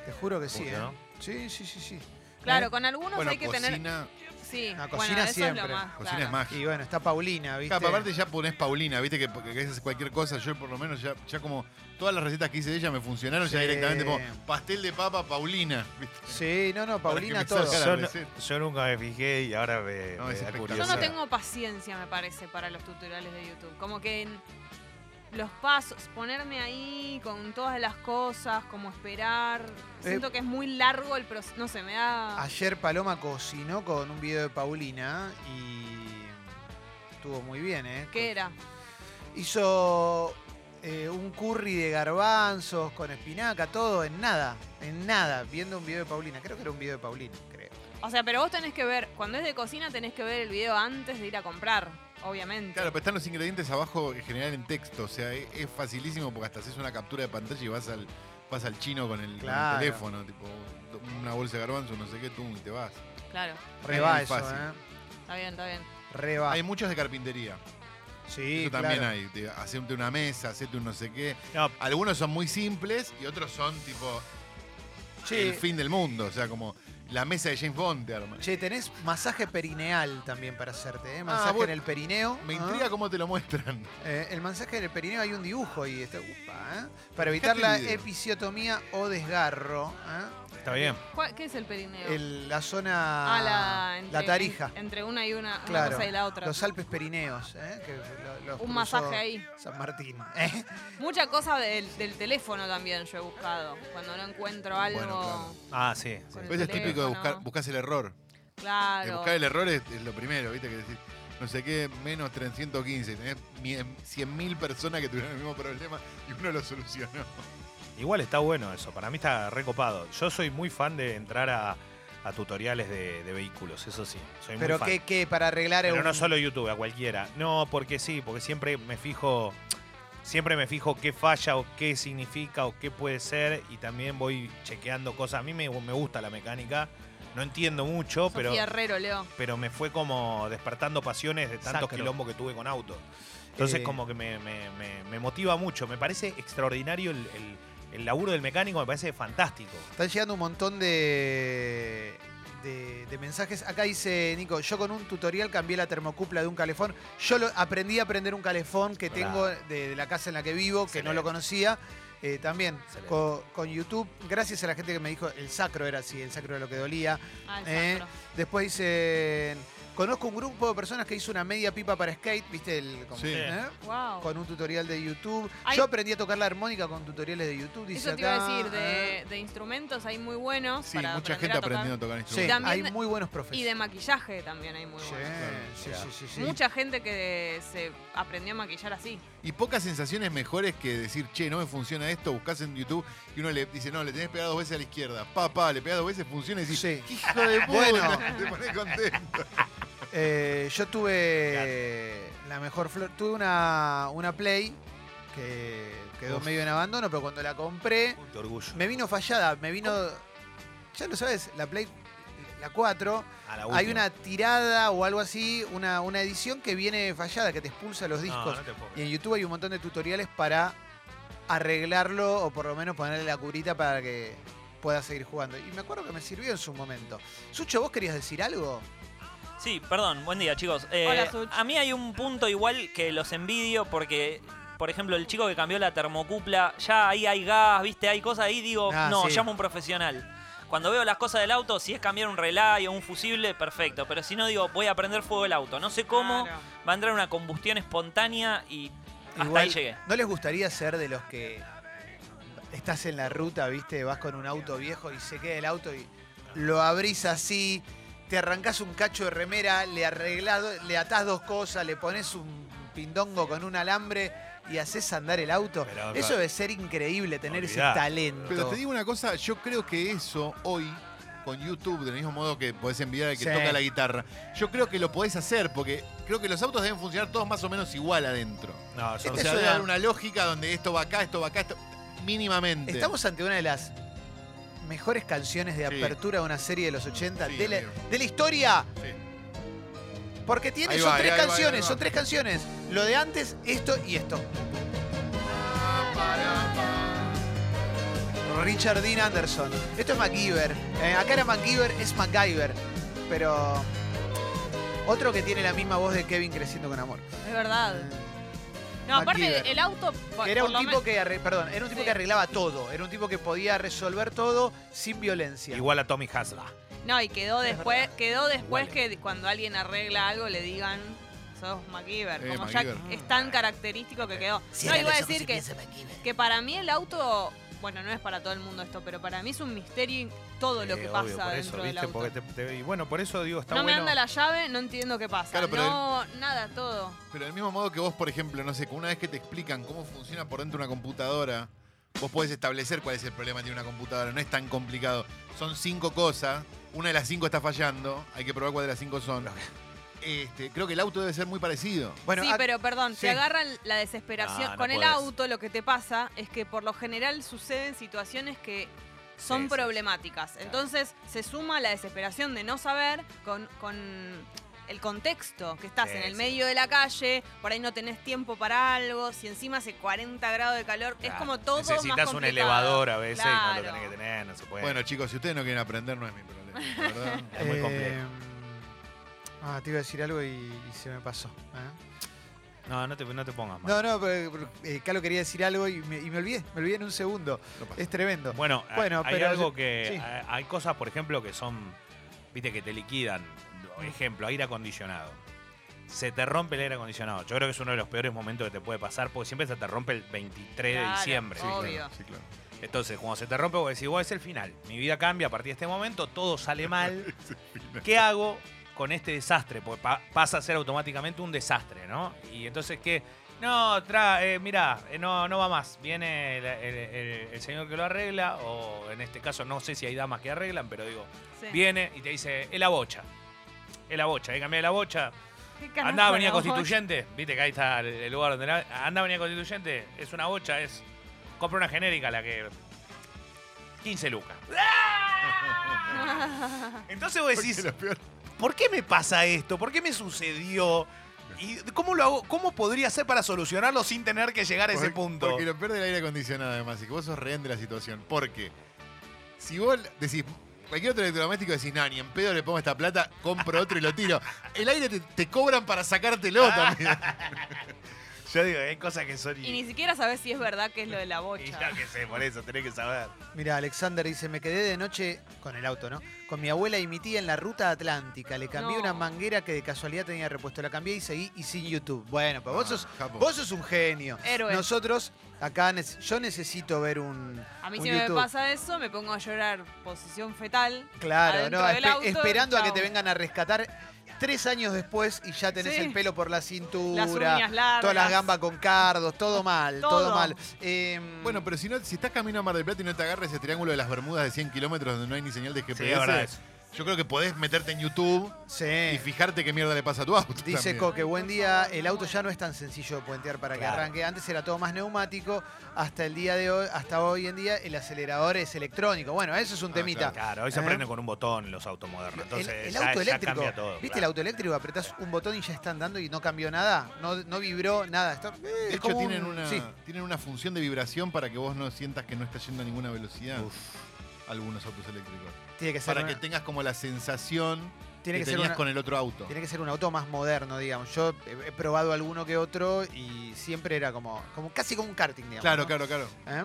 Speaker 1: Te juro que sí,
Speaker 5: Puta,
Speaker 1: ¿eh?
Speaker 5: ¿no?
Speaker 1: Sí, sí, sí, Eh, sí.
Speaker 3: Claro, con algunos
Speaker 4: Bueno,
Speaker 3: hay que
Speaker 4: cocina,
Speaker 3: tener. Sí,
Speaker 1: No,
Speaker 3: bueno,
Speaker 1: cocina
Speaker 3: eso es
Speaker 1: siempre.
Speaker 3: lo más.
Speaker 4: cocina
Speaker 3: claro.
Speaker 4: es magia.
Speaker 1: Y bueno, está Paulina, ¿viste?
Speaker 4: Capa, aparte ya pones Paulina, viste que, porque que haces cualquier cosa, yo por lo menos ya, ya como todas las recetas que hice de ella me funcionaron ya
Speaker 1: Sí.
Speaker 4: directamente como pastel de papa Paulina. ¿viste?
Speaker 1: Sí, no, no,
Speaker 4: Para
Speaker 1: Paulina
Speaker 4: que me
Speaker 1: todo.
Speaker 4: salga
Speaker 5: Yo,
Speaker 4: la
Speaker 5: no-
Speaker 4: receta.
Speaker 5: yo nunca me fijé y ahora me,
Speaker 4: No,
Speaker 5: me
Speaker 4: es
Speaker 5: da
Speaker 4: espectacular.
Speaker 3: Yo no
Speaker 5: curiosidad.
Speaker 3: tengo paciencia, me parece, para los tutoriales de YouTube. Como que en los pasos, ponerme ahí con todas las cosas, como esperar. Siento que es muy largo el proceso. No sé, me da.
Speaker 1: Ayer Paloma cocinó con un video de Paulina y estuvo muy bien, ¿eh?
Speaker 3: ¿Qué era?
Speaker 1: Hizo eh, un curry de garbanzos con espinaca, todo en nada, en nada, viendo un video de Paulina. Creo que era un video de Paulina, creo.
Speaker 3: O sea, pero vos tenés que ver, cuando es de cocina tenés que ver el video antes de ir a comprar, obviamente.
Speaker 4: Claro, pero están los ingredientes abajo en general en texto, o sea, e, es, es facilísimo porque hasta haces una captura de pantalla y vas al, vas al chino con el, con el
Speaker 1: Claro.
Speaker 4: teléfono, tipo una bolsa de garbanzo, no sé qué, tú y te vas.
Speaker 3: Claro,
Speaker 1: Reba
Speaker 4: muy
Speaker 1: eso,
Speaker 4: fácil.
Speaker 1: ¿eh?
Speaker 3: está bien, está bien.
Speaker 1: Reba.
Speaker 4: Hay muchos de carpintería.
Speaker 1: Sí,
Speaker 4: Eso también
Speaker 1: claro.
Speaker 4: hay. te- Hacerte una mesa, hacerte un no sé qué.
Speaker 5: No,
Speaker 4: Algunos son muy simples y otros son tipo
Speaker 1: Sí.
Speaker 4: el fin del mundo. O sea, como la mesa de James Bond te arma.
Speaker 1: Che, tenés masaje perineal también para hacerte, ¿eh? Masaje
Speaker 4: vos-
Speaker 1: en el perineo.
Speaker 4: Ah, Me
Speaker 1: ¿ah?
Speaker 4: intriga cómo te lo muestran.
Speaker 1: Eh, el masaje del perineo hay un dibujo y está. upa, ¿eh? Para
Speaker 4: Fijate
Speaker 1: evitar la
Speaker 4: el video.
Speaker 1: episiotomía o desgarro. ¿eh?
Speaker 5: está bien.
Speaker 3: ¿Cuál- ¿Qué es el perineo?
Speaker 1: El- la zona.
Speaker 3: ah, la, entre-
Speaker 1: tarija.
Speaker 3: en- entre una y una, una
Speaker 1: claro.
Speaker 3: cosa y la otra.
Speaker 1: Los Alpes perineos. ¿eh? Que lo- los cruzó
Speaker 3: Un masaje ahí.
Speaker 1: San Martín. [LAUGHS] ¿eh?
Speaker 3: Mucha cosa del, del teléfono también yo he buscado. Cuando no encuentro algo.
Speaker 4: Bueno, claro.
Speaker 5: Ah, sí. sí.
Speaker 3: Con el
Speaker 4: Pero Pues eso es típico de
Speaker 3: teléfono.
Speaker 4: buscar, buscas el error.
Speaker 3: Claro.
Speaker 4: De buscar el error es, es lo primero, ¿viste? Que decir, no sé qué, menos 315. Tenés mie- 100.000 personas que tuvieron el mismo problema y uno lo solucionó.
Speaker 5: Igual está bueno eso, para mí está recopado. Yo soy muy fan de entrar a, a tutoriales de, de vehículos, eso sí. Soy muy
Speaker 1: Pero
Speaker 5: fan.
Speaker 1: que, que para arreglar.
Speaker 5: Pero
Speaker 1: un-
Speaker 5: no solo YouTube, a cualquiera. No, porque sí, porque siempre me fijo, siempre me fijo qué falla o qué significa o qué puede ser y también voy chequeando cosas. A mí me, me gusta la mecánica, no entiendo mucho,
Speaker 3: Sos
Speaker 5: pero,
Speaker 3: fierrero, Leo.
Speaker 5: pero me fue como despertando pasiones de tantos
Speaker 1: Sacro.
Speaker 5: quilombos que tuve con auto. Entonces
Speaker 1: Eh.
Speaker 5: como que me, me- me- me motiva mucho, me parece extraordinario el, el- el laburo del mecánico, me parece fantástico.
Speaker 1: Están llegando un montón de, de, de mensajes. Acá dice Nico, yo con un tutorial cambié la termocupla de un calefón. Yo lo- aprendí a prender un calefón que tengo
Speaker 5: Bravo.
Speaker 1: de, de la casa en la que vivo, que no
Speaker 5: Excelente.
Speaker 1: lo conocía. Eh, también
Speaker 5: Excelente.
Speaker 1: co- con, YouTube, gracias a la gente que me dijo, el sacro era así, el sacro era lo que dolía.
Speaker 3: Ah, el
Speaker 1: Eh,
Speaker 3: sacro.
Speaker 1: Después dicen, conozco un grupo de personas que hizo una media pipa para skate, viste, el, como-
Speaker 4: Sí.
Speaker 1: ¿eh?
Speaker 3: Wow.
Speaker 1: con un tutorial de YouTube.
Speaker 3: Hay-
Speaker 1: Yo aprendí a tocar la armónica con tutoriales de YouTube, dice
Speaker 3: Eso te iba a
Speaker 1: acá,
Speaker 3: decir,
Speaker 1: ¿eh?
Speaker 3: de, de instrumentos hay muy buenos.
Speaker 4: Sí,
Speaker 3: para
Speaker 4: mucha
Speaker 3: aprender
Speaker 4: gente
Speaker 3: a tocar.
Speaker 4: aprendiendo a tocar
Speaker 1: Sí,
Speaker 4: instrumentos.
Speaker 3: También
Speaker 1: hay
Speaker 3: de-
Speaker 1: muy buenos profesores.
Speaker 3: Y de maquillaje también hay muy
Speaker 1: Sí,
Speaker 3: buenos.
Speaker 1: sí,
Speaker 5: Claro.
Speaker 1: sí, sí, sí.
Speaker 3: Mucha gente que se aprendió a maquillar así.
Speaker 4: Y pocas sensaciones mejores que decir, che, no me funciona esto, buscas en YouTube y uno le dice, no, le tenés pegado dos veces a la izquierda. Pa, pa, le pegás dos veces, funciona y decís,
Speaker 1: Sí.
Speaker 4: "Qué hijo de puta,
Speaker 1: Bueno.
Speaker 4: [LAUGHS] te pones contento.
Speaker 1: Eh, yo tuve la mejor flor. Tuve una, una Play que quedó
Speaker 5: Uf.
Speaker 1: medio en abandono, pero cuando la compré
Speaker 5: Uy, qué orgullo.
Speaker 1: me vino fallada. Me vino. Ya lo sabes, la Play, la 4.
Speaker 5: A la
Speaker 1: Hay
Speaker 5: última.
Speaker 1: una tirada o algo así, una, una edición que viene fallada, que te expulsa los
Speaker 5: No,
Speaker 1: discos.
Speaker 5: no te puedo
Speaker 1: Y
Speaker 5: creer.
Speaker 1: en YouTube hay un montón de tutoriales para arreglarlo o por lo menos ponerle la curita para que pueda seguir jugando. Y me acuerdo que me sirvió en su momento. Sucho, ¿vos querías decir algo?
Speaker 8: Sí, perdón, buen día chicos. Eh,
Speaker 3: Hola, Such.
Speaker 8: a mí hay un punto igual que los envidio porque, por ejemplo, el chico que cambió la termocupla, ya ahí hay gas, viste, hay cosas ahí, digo,
Speaker 1: Ah,
Speaker 8: no,
Speaker 1: sí.
Speaker 8: llamo a un profesional. Cuando veo las cosas del auto, si es cambiar un relay o un fusible, perfecto. Pero si no, digo, voy a prender fuego el auto. No sé cómo,
Speaker 3: Claro.
Speaker 8: va a entrar una combustión espontánea y hasta ahí llegué.
Speaker 1: ¿No les gustaría ser de los que estás en la ruta, viste, vas con un auto viejo y se queda el auto y lo abrís así, te arrancás un cacho de remera, le arreglás, do- le atás dos cosas, le pones un pindongo con un alambre y haces andar el auto.
Speaker 5: Pero,
Speaker 1: Eso
Speaker 5: pero-
Speaker 1: debe ser increíble tener ese
Speaker 5: Olvidate.
Speaker 1: talento.
Speaker 4: Pero te digo una cosa, yo creo que eso hoy, con YouTube, del mismo modo que podés enviar al que
Speaker 1: Sí.
Speaker 4: toca la guitarra, yo creo que lo podés hacer, porque creo que los autos deben funcionar todos más o menos igual adentro.
Speaker 5: No,
Speaker 1: Este
Speaker 5: son-
Speaker 4: O sea,
Speaker 1: es
Speaker 4: debe
Speaker 1: una-
Speaker 4: haber una lógica donde esto va acá, esto va acá, esto... mínimamente.
Speaker 1: Estamos ante una de las mejores canciones de
Speaker 4: Sí.
Speaker 1: apertura de una serie de los 80
Speaker 4: Sí,
Speaker 1: de, la,
Speaker 4: amigo.
Speaker 1: de la historia.
Speaker 4: Sí.
Speaker 1: Porque tiene,
Speaker 4: Ahí
Speaker 1: son
Speaker 4: va,
Speaker 1: tres
Speaker 4: ahí va, ahí va,
Speaker 1: canciones,
Speaker 4: ahí va.
Speaker 1: son tres canciones. Lo de antes, esto y esto. Richard Dean Anderson. Esto es MacGyver. Eh, acá era MacGyver, es MacGyver. Pero. Otro que tiene la misma voz de Kevin creciendo con amor.
Speaker 3: Es verdad. No, aparte,
Speaker 1: MacGyver.
Speaker 3: el auto. por-
Speaker 1: Era
Speaker 3: por
Speaker 1: un
Speaker 3: lo
Speaker 1: tipo
Speaker 3: men-
Speaker 1: que arre- perdón, era un tipo
Speaker 3: Sí.
Speaker 1: que arreglaba todo, era un tipo que podía resolver todo sin violencia.
Speaker 5: Igual a Tommy Hasla.
Speaker 3: No, y quedó después, quedó después
Speaker 5: Igual,
Speaker 3: que cuando alguien arregla algo le digan. Sos MacGyver.
Speaker 4: Eh,
Speaker 3: como
Speaker 4: MacGyver.
Speaker 3: ya es tan característico que quedó. no, iba a decir que, que para mí el auto. Bueno, no es para todo el mundo esto, pero para mí es un misterio todo lo
Speaker 5: Eh,
Speaker 3: que
Speaker 5: obvio,
Speaker 3: pasa
Speaker 5: por eso,
Speaker 3: dentro del
Speaker 5: ¿viste?
Speaker 3: auto.
Speaker 5: Porque te- te- y bueno, por eso digo, está
Speaker 3: no me
Speaker 5: bueno.
Speaker 3: anda la llave, no entiendo qué pasa.
Speaker 4: Claro, pero
Speaker 3: no, nada, todo.
Speaker 4: Pero del mismo modo que vos, por ejemplo, no sé, que una vez que te explican cómo funciona por dentro una computadora, vos podés establecer cuál es el problema de una computadora. No es tan complicado. Son cinco cosas, una de las cinco está fallando, hay que probar cuál de las cinco son. Este, creo que el auto debe ser muy parecido.
Speaker 1: Bueno,
Speaker 3: sí,
Speaker 1: ac-
Speaker 3: pero perdón,
Speaker 1: sí.
Speaker 3: te agarran la desesperación.
Speaker 5: No, no
Speaker 3: Con el
Speaker 5: podés.
Speaker 3: auto lo que te pasa es que por lo general suceden situaciones que son
Speaker 5: Sí, sí, sí.
Speaker 3: problemáticas. Entonces se suma la desesperación de no saber con, con el contexto que estás
Speaker 5: Sí,
Speaker 3: en el
Speaker 5: sí.
Speaker 3: medio de la calle, por ahí no tenés tiempo para algo, si encima hace 40 grados de calor, es
Speaker 5: Claro,
Speaker 3: como todo más
Speaker 5: Necesitas un
Speaker 3: complicado.
Speaker 5: elevador a veces y no
Speaker 3: Claro.
Speaker 5: lo tenés que tener, no se puede.
Speaker 4: Bueno, chicos, si ustedes no quieren aprender, no es mi problema, la ¿verdad?
Speaker 5: es muy complejo.
Speaker 1: Eh, ah, te iba a decir algo y, y se me pasó. ¿eh?
Speaker 5: no, no te, no te pongas mal.
Speaker 1: No, no, pero, pero, eh, Calo quería decir algo y me, y me olvidé, me olvidé en un segundo.
Speaker 4: No pasa.
Speaker 1: Es tremendo.
Speaker 5: Bueno, hay-
Speaker 1: Bueno,
Speaker 5: hay
Speaker 1: pero
Speaker 5: algo
Speaker 1: yo-
Speaker 5: que.
Speaker 1: sí.
Speaker 5: hay- Hay cosas, por ejemplo, que son. Viste, que te liquidan. Por Ejemplo, aire acondicionado. Se te rompe el aire acondicionado. Yo creo que es uno de los peores momentos que te puede pasar porque siempre se te rompe el 23 de
Speaker 3: Claro,
Speaker 5: diciembre.
Speaker 3: Sí, obvio.
Speaker 4: Claro, sí, claro.
Speaker 5: Entonces, cuando se te rompe, vos decís, vos es el final. Mi vida cambia a partir de este momento, todo sale mal. ¿Qué hago con este desastre? Porque pa- pasa a ser automáticamente un desastre, ¿no? Y entonces, ¿qué? No, tra eh, mirá, eh, no, no va más. Viene el, el- el- el señor que lo arregla, o en este caso, no sé si hay damas que arreglan, pero digo,
Speaker 3: Sí.
Speaker 5: viene y te dice, es la bocha. Es la bocha, hay que cambiar la bocha.
Speaker 3: ¿Qué carajo
Speaker 5: Andá, venía
Speaker 3: era vos?
Speaker 5: [LAUGHS] constituyente. Viste que ahí está el- el lugar donde la. Andá, venía constituyente. Es una bocha, es. Compra una genérica, la que. 15 lucas. Entonces vos decís,
Speaker 4: Lo peor-
Speaker 5: ¿por qué me pasa esto? ¿Por qué me sucedió? ¿Y cómo lo hago? ¿Cómo podría hacer para solucionarlo sin tener que llegar a ese
Speaker 4: Porque-
Speaker 5: punto?
Speaker 4: Porque lo pierde el aire acondicionado, además, y que vos sos rehén de la situación. Porque si vos decís, cualquier otro electrodoméstico decís, no, ni en pedo le pongo esta plata, compro otro y lo tiro. El aire te, te cobran para sacártelo también.
Speaker 5: Yo digo, hay cosas que son.
Speaker 3: [LAUGHS] Y ni siquiera sabes si es verdad que es lo de la bocha.
Speaker 5: y ya que sé, por eso, tenés que saber.
Speaker 1: Mira, Alexander dice, me quedé de noche con el auto, ¿no? Con mi abuela y mi tía en la ruta atlántica. Le cambié
Speaker 3: No.
Speaker 1: una manguera que de casualidad tenía repuesto. La cambié y seguí y sin YouTube. Bueno, pues vos
Speaker 4: Ah,
Speaker 1: sos,
Speaker 4: capo.
Speaker 1: vos sos un genio.
Speaker 3: Héroe.
Speaker 1: Nosotros, acá, nec- yo necesito ver un
Speaker 3: A mí
Speaker 1: un
Speaker 3: si
Speaker 1: YouTube.
Speaker 3: me pasa eso, me pongo a llorar posición fetal.
Speaker 1: Claro,
Speaker 3: adentro
Speaker 1: no,
Speaker 3: del
Speaker 1: espe-
Speaker 3: auto,
Speaker 1: esperando a que
Speaker 3: chau.
Speaker 1: te vengan a rescatar. Tres años después y ya tenés
Speaker 3: Sí.
Speaker 1: el pelo por la
Speaker 3: Las
Speaker 1: cintura,
Speaker 3: uñas largas.
Speaker 1: todas las gambas con cardos, todo mal, todo,
Speaker 3: Todo.
Speaker 1: mal. Em,
Speaker 4: bueno, pero si no, si estás camino a Mar del Plata y no te agarras ese triángulo de las Bermudas de 100 kilómetros donde no hay ni señal de
Speaker 5: Sí, es verdad
Speaker 4: GPS,
Speaker 5: eso.
Speaker 4: yo creo que podés meterte en YouTube y
Speaker 1: sí.
Speaker 4: fijarte qué mierda le pasa a tu auto.
Speaker 1: Eh. Dice
Speaker 4: también.
Speaker 1: Coque,
Speaker 3: Ay,
Speaker 1: buen
Speaker 3: por
Speaker 1: día.
Speaker 3: favor,
Speaker 1: El
Speaker 3: no,
Speaker 1: auto ya
Speaker 3: bueno.
Speaker 1: no es tan sencillo de puentear para que
Speaker 5: Claro.
Speaker 1: arranque. Antes era todo más neumático. Hasta el día de hoy, hasta hoy en día, el acelerador es electrónico. Bueno, eso es un
Speaker 4: Ah,
Speaker 1: temita.
Speaker 5: Claro, hoy se
Speaker 1: ¿Eh?
Speaker 5: prenden con un botón los autos modernos.
Speaker 1: El,
Speaker 5: Entonces,
Speaker 1: el
Speaker 5: ya-
Speaker 1: auto
Speaker 5: ya
Speaker 1: eléctrico.
Speaker 5: cambia todo.
Speaker 1: ¿Viste el
Speaker 5: claro.
Speaker 1: auto eléctrico? Apretás un botón y ya está andando y no cambió nada. No, no vibró nada. Está- eh,
Speaker 4: De
Speaker 1: es
Speaker 4: hecho,
Speaker 1: como un-
Speaker 4: tienen, una,
Speaker 1: sí.
Speaker 4: tienen una función de vibración para que vos no sientas que no estás yendo a ninguna velocidad. Algunos autos eléctricos.
Speaker 1: Tiene que ser,
Speaker 4: Para
Speaker 1: una-
Speaker 4: que tengas como la sensación
Speaker 1: tiene
Speaker 4: que,
Speaker 1: que ser
Speaker 4: tenías
Speaker 1: una-
Speaker 4: con el otro auto.
Speaker 1: Tiene que ser un auto más moderno, digamos. Yo he he probado alguno que otro y siempre era como, como casi como un karting, digamos.
Speaker 4: Claro,
Speaker 1: ¿no?
Speaker 4: claro, claro.
Speaker 1: ¿Eh?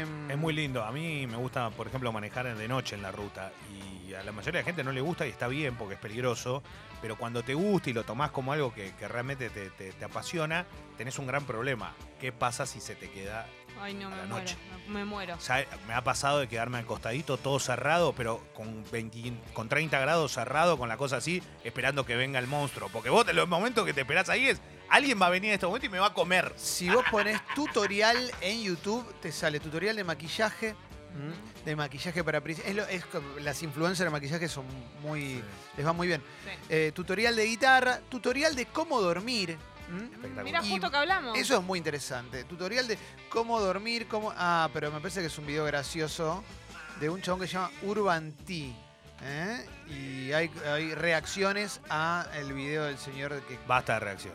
Speaker 1: Em,
Speaker 5: Es muy lindo. A mí me gusta, por ejemplo, manejar de noche en la ruta. Y a la mayoría de la gente no le gusta y está bien porque es peligroso. Pero cuando te gusta y lo tomás como algo que, que realmente te, te- te apasiona, tenés un gran problema. ¿Qué pasa si se te queda
Speaker 3: Ay, no,
Speaker 5: a
Speaker 3: me
Speaker 5: la
Speaker 3: muero.
Speaker 5: noche.
Speaker 3: Me, me muero.
Speaker 5: Ya me ha pasado de quedarme al costadito todo cerrado, pero con, 20 con 30 grados cerrado, con la cosa así, esperando que venga el monstruo. Porque vos, en los momentos que te esperás ahí es, alguien va a venir en este momento y me va a comer.
Speaker 1: Si vos pones tutorial en YouTube, te sale tutorial de maquillaje. ¿Mm? De maquillaje para príncipes. Es lo- es como- las influencers de maquillaje son muy. les va muy bien.
Speaker 3: Sí.
Speaker 1: Eh, tutorial de guitarra, tutorial de cómo dormir. ¿Mm?
Speaker 5: Espectacular.
Speaker 3: Mira,
Speaker 1: Y
Speaker 3: justo que hablamos.
Speaker 1: Eso es muy interesante. Tutorial de cómo dormir, cómo. Ah, pero me parece que es un video gracioso de un chabón que se llama Urban T. ¿eh? Y hay, hay reacciones a el video del señor que.
Speaker 5: Basta de reacción.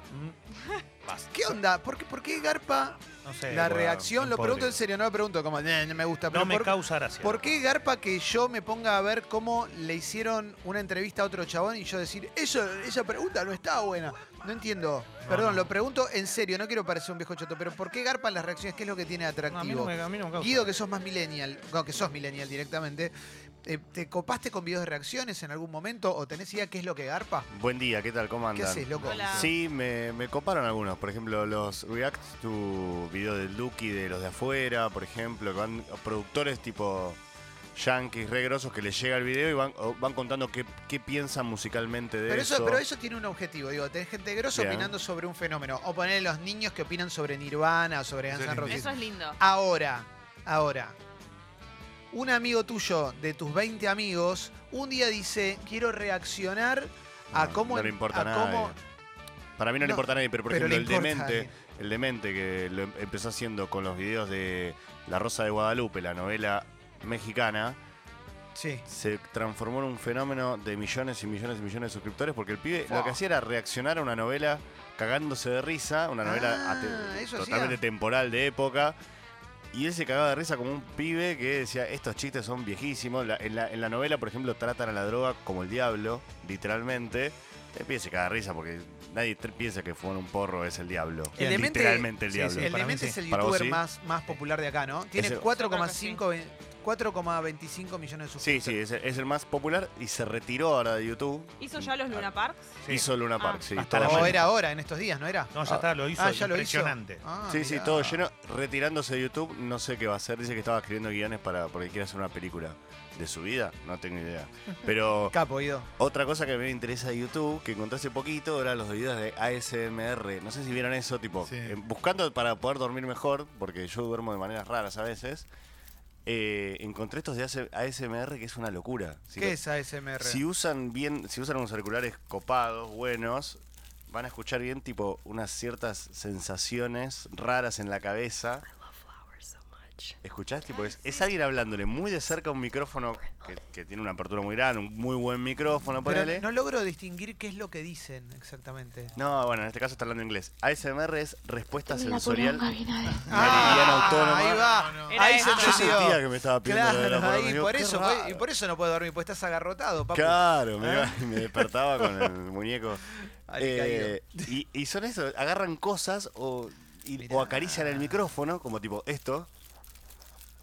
Speaker 1: ¿Qué onda? ¿Por qué, por qué garpa
Speaker 5: No sé.
Speaker 1: la
Speaker 5: bueno,
Speaker 1: reacción?
Speaker 5: no
Speaker 1: Lo pregunto
Speaker 5: podría.
Speaker 1: en serio, no lo pregunto como, "Eh, no me gusta. pero
Speaker 5: No me
Speaker 1: por-
Speaker 5: causa gracia.
Speaker 1: ¿Por qué garpa que yo me ponga a ver cómo le hicieron una entrevista a otro chabón y yo decir, eso, esa pregunta no está buena? No entiendo. Perdón, lo pregunto en serio, no quiero parecer un viejo choto, pero ¿por qué garpan las reacciones? ¿Qué es lo que tiene
Speaker 5: No, a mí no
Speaker 1: atractivo?
Speaker 5: me, a mí no me causa.
Speaker 1: Guido, que sos más millennial, no, que sos millennial directamente, eh, ¿te copaste con videos de reacciones en algún momento o tenés idea qué es lo que garpa?
Speaker 9: Buen día, ¿qué tal? ¿Cómo
Speaker 1: ¿Qué
Speaker 9: andan?
Speaker 1: haces, loco?
Speaker 3: Hola.
Speaker 9: Sí, me, me coparon algunos. Por ejemplo, los reacts to videos del Duki, de los de afuera, por ejemplo, que van productores tipo yankees re grosos que les llega el video y van, o- van contando qué, qué piensan musicalmente de
Speaker 1: Pero
Speaker 9: eso.
Speaker 1: eso, pero eso tiene un objetivo, digo, tenés gente grosa
Speaker 9: Bien.
Speaker 1: opinando sobre un fenómeno. O poner los niños que opinan sobre Nirvana o sobre Guns
Speaker 4: Eso
Speaker 1: N'
Speaker 4: es lindo.
Speaker 1: Roses.
Speaker 3: Eso es lindo.
Speaker 1: Ahora, ahora. Un amigo tuyo de tus 20 amigos un día dice, quiero reaccionar a
Speaker 9: No,
Speaker 1: cómo...
Speaker 9: no le importa
Speaker 1: a
Speaker 9: nada.
Speaker 1: cómo-
Speaker 9: Para mí no,
Speaker 1: No,
Speaker 9: le importa a nadie, pero por
Speaker 1: pero le
Speaker 9: ejemplo, el
Speaker 1: importa a
Speaker 9: demente,
Speaker 1: alguien.
Speaker 9: el demente que lo em- empezó haciendo con los videos de La Rosa de Guadalupe, la novela mexicana.
Speaker 1: Sí.
Speaker 9: se transformó en un fenómeno de millones y millones y millones de suscriptores porque el pibe lo que hacía era reaccionar a una novela cagándose de risa, una novela
Speaker 1: Ah,
Speaker 9: ate-
Speaker 1: eso
Speaker 9: totalmente
Speaker 1: hacía.
Speaker 9: temporal de época. Y él se cagaba de risa como un pibe que decía, estos chistes son viejísimos. La- en, la, en la novela, por ejemplo, tratan a la droga como el diablo, literalmente. El pibe se caga de risa porque nadie te- piensa que fumar un porro es el diablo.
Speaker 1: El demente-
Speaker 9: literalmente el
Speaker 5: sí,
Speaker 9: diablo.
Speaker 5: sí,
Speaker 1: El
Speaker 5: para mí
Speaker 1: demente es el
Speaker 9: Para vos
Speaker 1: youtuber
Speaker 9: sí.
Speaker 1: más, más popular de acá, ¿no? Tiene
Speaker 9: Ese- Yo
Speaker 1: 4,5 ve- 4,25 millones de
Speaker 9: Sí,
Speaker 1: suscriptores.
Speaker 9: sí, es, el- es el más popular y se retiró ahora de YouTube.
Speaker 3: ¿Hizo ya los Luna Parks?
Speaker 5: Sí.
Speaker 9: Hizo Luna
Speaker 3: Ah.
Speaker 9: Park, sí.
Speaker 5: Hasta
Speaker 9: toda
Speaker 5: la
Speaker 9: mañana.
Speaker 1: O
Speaker 5: mañana.
Speaker 1: era ahora, en estos días, ¿no era?
Speaker 5: No, ya está, lo hizo.
Speaker 1: ah, ya lo hizo.
Speaker 5: impresionante.
Speaker 1: Ah,
Speaker 9: Sí, sí,
Speaker 1: mirá.
Speaker 9: todo lleno, retirándose de YouTube, no sé qué va a hacer, dice que estaba escribiendo guiones para porque quiere hacer una película de su vida, no
Speaker 1: [LAUGHS]
Speaker 9: tengo idea. Pero
Speaker 1: Capo, Guido.
Speaker 9: otra cosa que me interesa de YouTube, que encontré hace poquito, eran los videos de ASMR, no sé si vieron eso, tipo,
Speaker 4: Sí.
Speaker 9: eh, buscando para poder dormir mejor, porque yo duermo de maneras raras a veces, eh, encontré estos de ASMR que es una locura. Si
Speaker 1: ¿Qué
Speaker 9: lo-
Speaker 1: es ASMR?
Speaker 9: si usan bien, si usan unos auriculares copados, buenos, van a escuchar bien tipo unas ciertas sensaciones raras en la cabeza. ¿Escuchás? Tipo, es, es alguien hablándole muy de cerca a un micrófono que, que tiene una apertura muy grande, un muy buen micrófono,
Speaker 1: Pero
Speaker 9: ponele.
Speaker 1: no logro distinguir qué es lo que dicen exactamente.
Speaker 9: No, bueno, en este caso está hablando inglés. ASMR es respuesta sensorial
Speaker 1: Ah,
Speaker 9: autónoma.
Speaker 1: Ahí va.
Speaker 3: Era
Speaker 1: ahí
Speaker 3: esto.
Speaker 1: se
Speaker 9: Yo
Speaker 1: entendió.
Speaker 9: sentía que me estaba pidiendo de la
Speaker 1: Claro,
Speaker 9: mano,
Speaker 1: ahí,
Speaker 9: digo,
Speaker 1: por
Speaker 9: qué
Speaker 1: eso, fue- y
Speaker 9: raro.
Speaker 1: por eso no puedes dormir, porque estás agarrotado, papu.
Speaker 9: Claro, me,
Speaker 1: ¿Ah?
Speaker 9: iba- me despertaba con el muñeco.
Speaker 1: Ahí
Speaker 9: Eh, y, y son eso, agarran cosas o, y-
Speaker 1: Mirá.
Speaker 9: o acarician el micrófono, como tipo esto.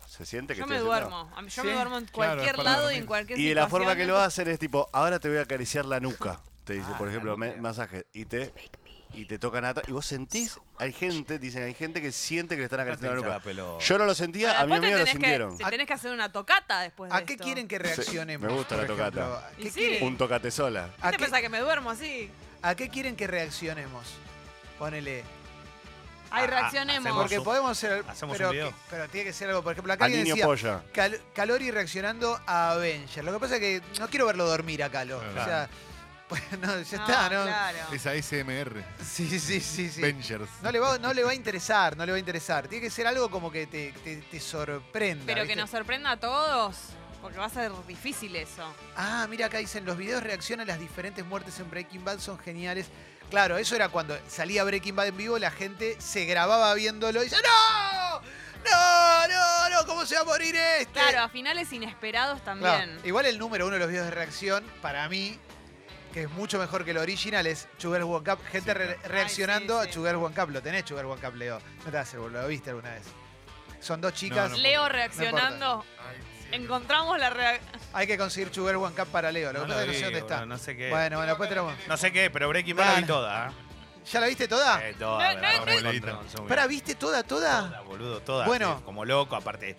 Speaker 9: Se siente que
Speaker 3: Yo me
Speaker 9: estoy sentado.
Speaker 3: duermo. A mí- Yo
Speaker 1: Sí.
Speaker 3: me duermo en
Speaker 4: Claro,
Speaker 3: cualquier
Speaker 4: es para
Speaker 3: lado y
Speaker 4: dormir.
Speaker 3: en cualquier
Speaker 9: Y de la forma que lo
Speaker 3: situación.
Speaker 9: hacen es tipo, ahora te voy a acariciar la nuca. Te dice,
Speaker 5: Ah,
Speaker 9: por
Speaker 5: la
Speaker 9: ejemplo, me-
Speaker 5: nuca.
Speaker 9: masaje. Y te, y te tocan atrás. Y vos sentís, hay gente, dicen, hay gente que siente que le están
Speaker 5: No te
Speaker 9: acariciando la
Speaker 5: hincha
Speaker 9: nuca.
Speaker 5: la pelota.
Speaker 9: Yo no lo
Speaker 3: Pero
Speaker 9: sentía, a mi
Speaker 3: después te
Speaker 9: amigo lo
Speaker 3: tenés que-
Speaker 9: sintieron.
Speaker 3: Te tenés que hacer una tocata después de
Speaker 1: ¿A qué
Speaker 3: esto.
Speaker 1: quieren que reaccionemos?
Speaker 9: me gusta
Speaker 1: por
Speaker 9: la tocata.
Speaker 1: ejemplo? ¿A
Speaker 3: Y
Speaker 1: qué
Speaker 3: sí.
Speaker 1: quieren-
Speaker 9: Un tocate sola.
Speaker 1: ¿A
Speaker 3: ¿Qué te
Speaker 1: qué-
Speaker 3: pensás que me duermo así?
Speaker 1: ¿A qué quieren que reaccionemos? Ponele.
Speaker 3: Ahí
Speaker 5: Ah,
Speaker 3: reaccionemos.
Speaker 5: hacemos-
Speaker 1: Porque
Speaker 5: un-
Speaker 1: podemos hacer.
Speaker 5: hacemos
Speaker 1: pero,
Speaker 5: un video.
Speaker 1: que- pero tiene que ser algo. Por ejemplo, acá
Speaker 9: Al
Speaker 1: alguien
Speaker 9: niño
Speaker 1: decía.
Speaker 9: polla.
Speaker 1: Cal- Calori reaccionando a Avengers. Lo que pasa es que no quiero verlo dormir a Calo. O sea, [LAUGHS] pues, no, ya
Speaker 3: No,
Speaker 1: está, ¿no?
Speaker 3: Ah, Claro.
Speaker 4: Es ASMR.
Speaker 1: Sí, sí, sí, sí.
Speaker 4: Vengers.
Speaker 1: No le, va, no
Speaker 4: [LAUGHS]
Speaker 1: le va a interesar, no le va a interesar. Tiene que ser algo como que te, te, te sorprenda.
Speaker 3: Pero que
Speaker 1: ¿viste?
Speaker 3: nos sorprenda a todos. Porque va a ser difícil eso.
Speaker 1: Ah, mira acá dicen, los videos reaccionan a las diferentes muertes en Breaking Bad, son geniales. Claro, eso era cuando salía Breaking Bad en vivo, la gente se grababa viéndolo y decía, ¡No! ¡No, no, no! ¿Cómo se va a morir este?
Speaker 3: Claro, a finales inesperados
Speaker 1: Claro,
Speaker 3: también.
Speaker 1: Igual el número uno de los videos de reacción, para mí, que es mucho mejor que el original, es Sugar's One Cup. Gente re- reaccionando
Speaker 3: Ay, sí,
Speaker 1: a
Speaker 3: sí.
Speaker 1: Sugar's One Cup. Lo tenés, Sugar's One Cup, Leo. No te vas a hacer, boludo, lo viste alguna vez. Son dos chicas.
Speaker 4: No, no.
Speaker 3: Leo reaccionando. Encontramos la reacción.
Speaker 1: Hay que conseguir Sugar's One Cup para Leo. Lo que
Speaker 5: lo
Speaker 1: pasa es que no
Speaker 5: vi,
Speaker 1: sé dónde está.
Speaker 5: boludo, No sé qué.
Speaker 1: Bueno, bueno, después tenemos.
Speaker 5: No sé qué, pero Breaking Bad la vi
Speaker 1: Claro.
Speaker 5: toda. ¿eh?
Speaker 1: ¿Ya la viste toda?
Speaker 5: Eh, toda,
Speaker 3: No,
Speaker 5: me
Speaker 3: no,
Speaker 5: la
Speaker 3: no.
Speaker 5: recontra consumí.
Speaker 1: Ah. Pará, ¿viste toda,
Speaker 5: Toda,
Speaker 1: toda?
Speaker 5: boludo, toda.
Speaker 1: Bueno.
Speaker 5: Sí, Como loco, aparte.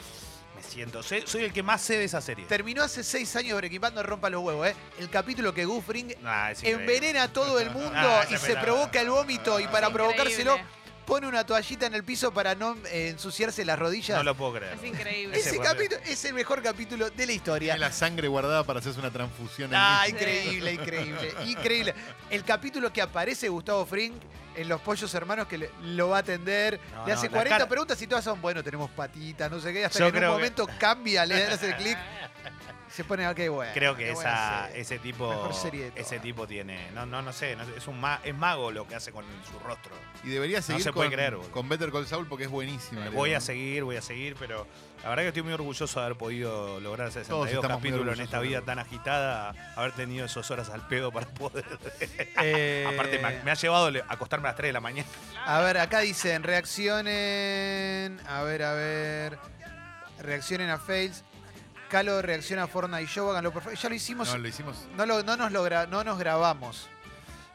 Speaker 5: Me siento. Soy, soy el que más sé de esa serie.
Speaker 1: Terminó hace seis años Breaking Bad, no rompa los huevos, ¿eh? El capítulo que Gus Fring
Speaker 5: Ah, es increíble.
Speaker 1: envenena a todo el mundo
Speaker 5: Ah, es
Speaker 1: y se
Speaker 5: espectacular.
Speaker 1: provoca el vómito y para
Speaker 3: Es
Speaker 1: provocárselo
Speaker 3: increíble.
Speaker 1: pone una toallita en el piso para no eh, ensuciarse las rodillas.
Speaker 5: No lo puedo creer.
Speaker 3: Es increíble.
Speaker 1: Ese
Speaker 5: Ese fue-
Speaker 1: capítulo es el mejor capítulo de la historia.
Speaker 4: Tiene la sangre guardada para hacerse una transfusión. él
Speaker 1: Ah,
Speaker 4: mismo.
Speaker 1: increíble, increíble,
Speaker 5: [LAUGHS]
Speaker 1: increíble. El capítulo que aparece Gustavo Frink en Los Pollos Hermanos que le- lo va a atender,
Speaker 5: No,
Speaker 1: le
Speaker 5: no,
Speaker 1: hace
Speaker 5: la
Speaker 1: 40
Speaker 5: cara-
Speaker 1: preguntas y todas son, bueno, tenemos patitas, no sé qué, hasta
Speaker 5: Yo
Speaker 1: que en
Speaker 5: creo
Speaker 1: un
Speaker 5: que-
Speaker 1: momento cambia, le hace
Speaker 5: [LAUGHS]
Speaker 1: el clic, se pone, ok, bueno.
Speaker 5: Creo que
Speaker 1: qué buena
Speaker 5: esa,
Speaker 1: serie.
Speaker 5: ese tipo.
Speaker 1: Mejor serie de
Speaker 5: ese
Speaker 1: todas.
Speaker 5: tipo tiene. No, no, no sé. no sé, es un ma- es mago lo que hace con su rostro.
Speaker 4: Y debería seguir
Speaker 5: se
Speaker 4: con,
Speaker 5: puede creer, boludo.
Speaker 4: con Better Call Saul porque es buenísima. Leo.
Speaker 5: Voy a seguir, voy a seguir, pero la verdad que estoy muy orgulloso de haber podido lograr
Speaker 4: Todos
Speaker 5: 62
Speaker 4: estamos muy
Speaker 5: capítulos en esta
Speaker 4: orgullosos,
Speaker 5: vida
Speaker 4: Leo.
Speaker 5: tan agitada, haber tenido esas horas al pedo para poder.
Speaker 1: Eh,
Speaker 5: [LAUGHS] Aparte, me, me ha llevado le- acostarme a las 3 de la mañana.
Speaker 1: A ver, acá dicen, reaccionen. A ver, a ver. Reaccionen a Fails. Calo reacciona a Fortnite Show, háganlo por favor. Ya lo hicimos.
Speaker 4: No,
Speaker 1: No,
Speaker 4: lo hicimos.
Speaker 1: lo- no nos, lo gra- no nos grabamos.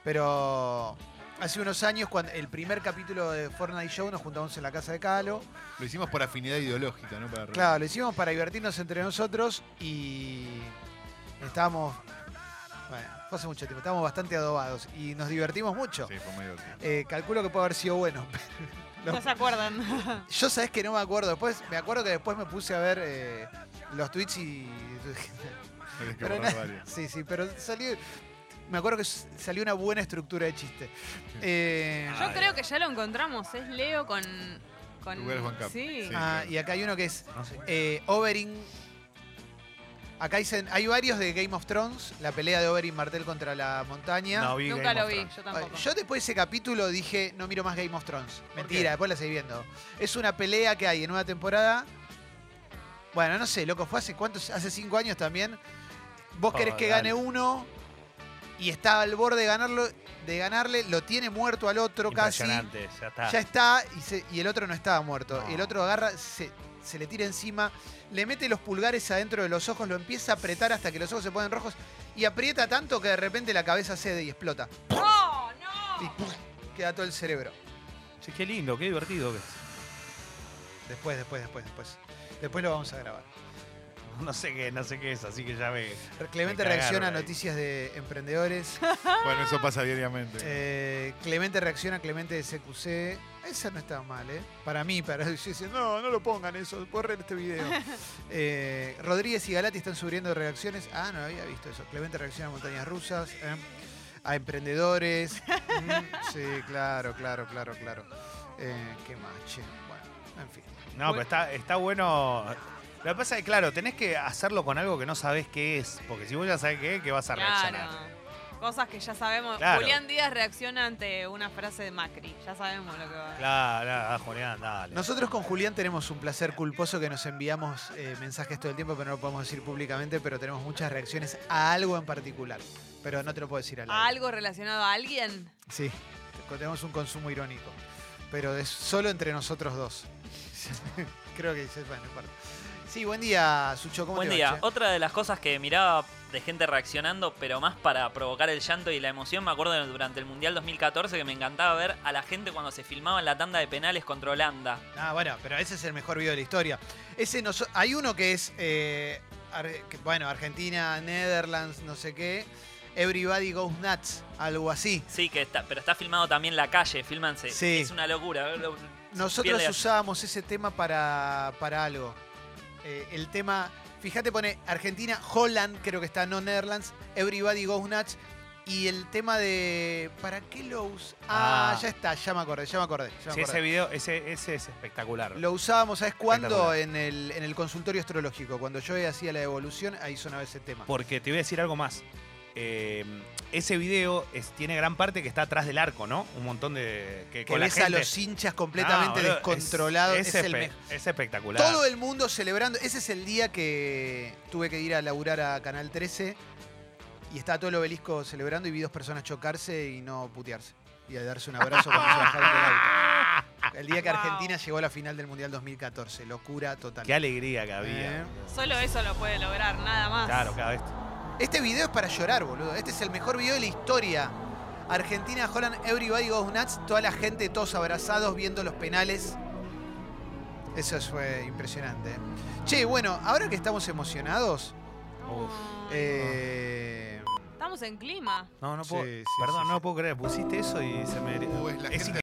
Speaker 1: Pero hace unos años, cuando el primer capítulo de Fortnite Show, nos juntamos en la casa de Calo.
Speaker 4: Lo hicimos por afinidad ideológica, ¿no? Para
Speaker 1: Claro, lo hicimos para divertirnos entre nosotros y estábamos. Bueno, fue hace mucho tiempo, estábamos bastante adobados y nos divertimos mucho.
Speaker 4: Sí, fue muy divertido.
Speaker 1: Eh, calculo que puede haber sido bueno. Lo-
Speaker 3: No
Speaker 1: [LAUGHS]
Speaker 3: se acuerdan.
Speaker 1: Yo sabes que no me acuerdo. Después, me acuerdo que después me puse a ver eh, los tweets y. [LAUGHS]
Speaker 4: Tenés que
Speaker 1: Pero
Speaker 4: borrar
Speaker 1: no-
Speaker 4: varios.
Speaker 1: sí, sí, pero salió. Me acuerdo que s- salió una buena estructura de chiste. Eh,
Speaker 3: Yo creo que ya lo encontramos. Es Leo con. con
Speaker 4: Lugares One Cup.
Speaker 3: Sí.
Speaker 4: Sí.
Speaker 1: ah, y acá hay uno que es eh, Overing. Acá dicen. Hay varios de Game of Thrones. La pelea de Overing Martel contra la montaña.
Speaker 5: No, vi
Speaker 3: Nunca
Speaker 5: Game
Speaker 3: lo
Speaker 5: of
Speaker 3: vi,
Speaker 5: Thrones.
Speaker 3: yo
Speaker 1: Ay,
Speaker 3: tampoco.
Speaker 1: Yo después de ese capítulo dije, no miro más Game of Thrones. Mentira, después la seguí viendo. Es una pelea que hay en una temporada. Bueno, no sé, loco, fue hace cuántos, hace cinco años también. Vos
Speaker 5: Oh,
Speaker 1: querés que
Speaker 5: dale.
Speaker 1: gane uno y está al borde de ganarlo, de ganarle, lo tiene muerto al otro casi.
Speaker 5: Impresionante, ya está.
Speaker 1: Ya está, y, se- y el otro no estaba muerto.
Speaker 5: No.
Speaker 1: Y el otro agarra, se, se le tira encima, le mete los pulgares adentro de los ojos, lo empieza a apretar hasta que los ojos se ponen rojos y aprieta tanto que de repente la cabeza cede y explota.
Speaker 3: ¡No! ¡No!
Speaker 1: Y ¡pum! queda todo el cerebro.
Speaker 5: Che, qué lindo, qué divertido que es.
Speaker 1: Después, después, después, después. Después lo vamos a grabar.
Speaker 5: [LAUGHS] No sé qué, no sé qué es, así que ya me.
Speaker 1: Clemente
Speaker 5: Me cagaron
Speaker 1: reacciona a
Speaker 5: ahí.
Speaker 1: noticias de emprendedores.
Speaker 4: [LAUGHS] Bueno, eso pasa diariamente.
Speaker 1: Eh, Clemente reacciona a Clemente de CQC. Esa no está mal, ¿eh? Para mí, para [LAUGHS] yo decía, no, no lo pongan eso, borren este video. Eh, Rodríguez y Galati están subiendo reacciones. Ah, no había visto eso. Clemente reacciona a montañas rusas, ¿eh? a emprendedores. Mm, sí, claro, claro, claro, claro. Eh, ¿Qué más? Che, bueno, en fin.
Speaker 5: No, pero está, está bueno. Lo que pasa es que, claro, tenés que hacerlo con algo que no sabés qué es. Porque si vos ya sabés qué es, que vas a reaccionar.
Speaker 3: Cosas que ya sabemos.
Speaker 5: Claro.
Speaker 3: Julián Díaz reacciona ante una frase de Macri. Ya sabemos lo que va a
Speaker 5: Claro, claro, ah, Julián, dale.
Speaker 1: Nosotros con Julián tenemos un placer culposo que nos enviamos eh, mensajes todo el tiempo, pero no lo podemos decir públicamente, pero tenemos muchas reacciones a algo en particular. Pero no te lo puedo decir al aire.
Speaker 3: ¿A algo relacionado a alguien?
Speaker 1: Sí, tenemos un consumo irónico, pero es solo entre nosotros dos. [LAUGHS] Creo que dices, bueno, no importa. Sí, buen día, Sucho, ¿cómo
Speaker 8: Buen
Speaker 1: te va,
Speaker 8: día.
Speaker 1: che?
Speaker 8: Otra de las cosas que miraba de gente reaccionando, pero más para provocar el llanto y la emoción, me acuerdo durante el Mundial 2014 que me encantaba ver a la gente cuando se filmaba en la tanda de penales contra Holanda.
Speaker 1: Ah, bueno, pero ese es el mejor video de la historia. Ese no so- hay uno que es, eh, ar- que, bueno, Argentina, Netherlands, no sé qué. Everybody goes nuts, algo así.
Speaker 8: Sí, que está, pero está filmado también la calle, filmanse.
Speaker 1: Sí.
Speaker 8: Es una locura. Lo-
Speaker 1: Nosotros
Speaker 8: pierde la-
Speaker 1: usábamos ese tema para, para algo. Eh, el tema, fíjate, pone Argentina, Holland, creo que está, no Netherlands, Everybody Goes Nuts. Y el tema de. ¿Para qué lo us- Ah,
Speaker 5: Ah.
Speaker 1: ya está, ya me acordé, ya me acordé. ya me
Speaker 5: Sí, ese
Speaker 1: acordé.
Speaker 5: video, ese, ese es espectacular.
Speaker 1: Lo usábamos, ¿sabes cuándo?
Speaker 5: Espectacular.
Speaker 1: En el, en el consultorio astrológico. Cuando yo hacía la evolución, ahí sonaba ese tema.
Speaker 5: Porque te voy a decir algo más. Eh, ese video es- tiene gran parte que está atrás del arco, ¿no? Un montón de. Que,
Speaker 1: Que
Speaker 5: con la
Speaker 1: ves a
Speaker 5: gente.
Speaker 1: los hinchas completamente
Speaker 5: Ah, boludo,
Speaker 1: descontrolados.
Speaker 5: Es,
Speaker 1: Es,
Speaker 5: es
Speaker 1: el
Speaker 5: espe-
Speaker 1: mejor.
Speaker 5: es espectacular.
Speaker 1: Todo el mundo celebrando. Ese es el día que tuve que ir a laburar a Canal 13 y estaba todo el obelisco celebrando y vi dos personas chocarse y no putearse. Y a darse un abrazo cuando se bajaron del
Speaker 5: Ah,
Speaker 1: auto. El día que
Speaker 3: Wow.
Speaker 1: Argentina llegó a la final del Mundial 2014. Locura total.
Speaker 5: Qué alegría que había.
Speaker 1: Eh.
Speaker 3: Solo eso lo puede lograr, nada más.
Speaker 5: Claro, cada vez.
Speaker 1: Este video es para llorar, boludo. Este es el mejor video de la historia. Argentina, Holland, everybody goes nuts. Toda la gente, todos abrazados, viendo los penales. Eso fue impresionante. Che, bueno, ahora que estamos emocionados,
Speaker 5: Uf.
Speaker 1: eh,
Speaker 3: Estamos en clima.
Speaker 5: No, no puedo.
Speaker 1: Sí, sí,
Speaker 5: perdón,
Speaker 1: sí,
Speaker 5: no
Speaker 1: sí.
Speaker 5: puedo creer. Pusiste eso y se me.
Speaker 4: Uh, es la
Speaker 5: es
Speaker 4: gente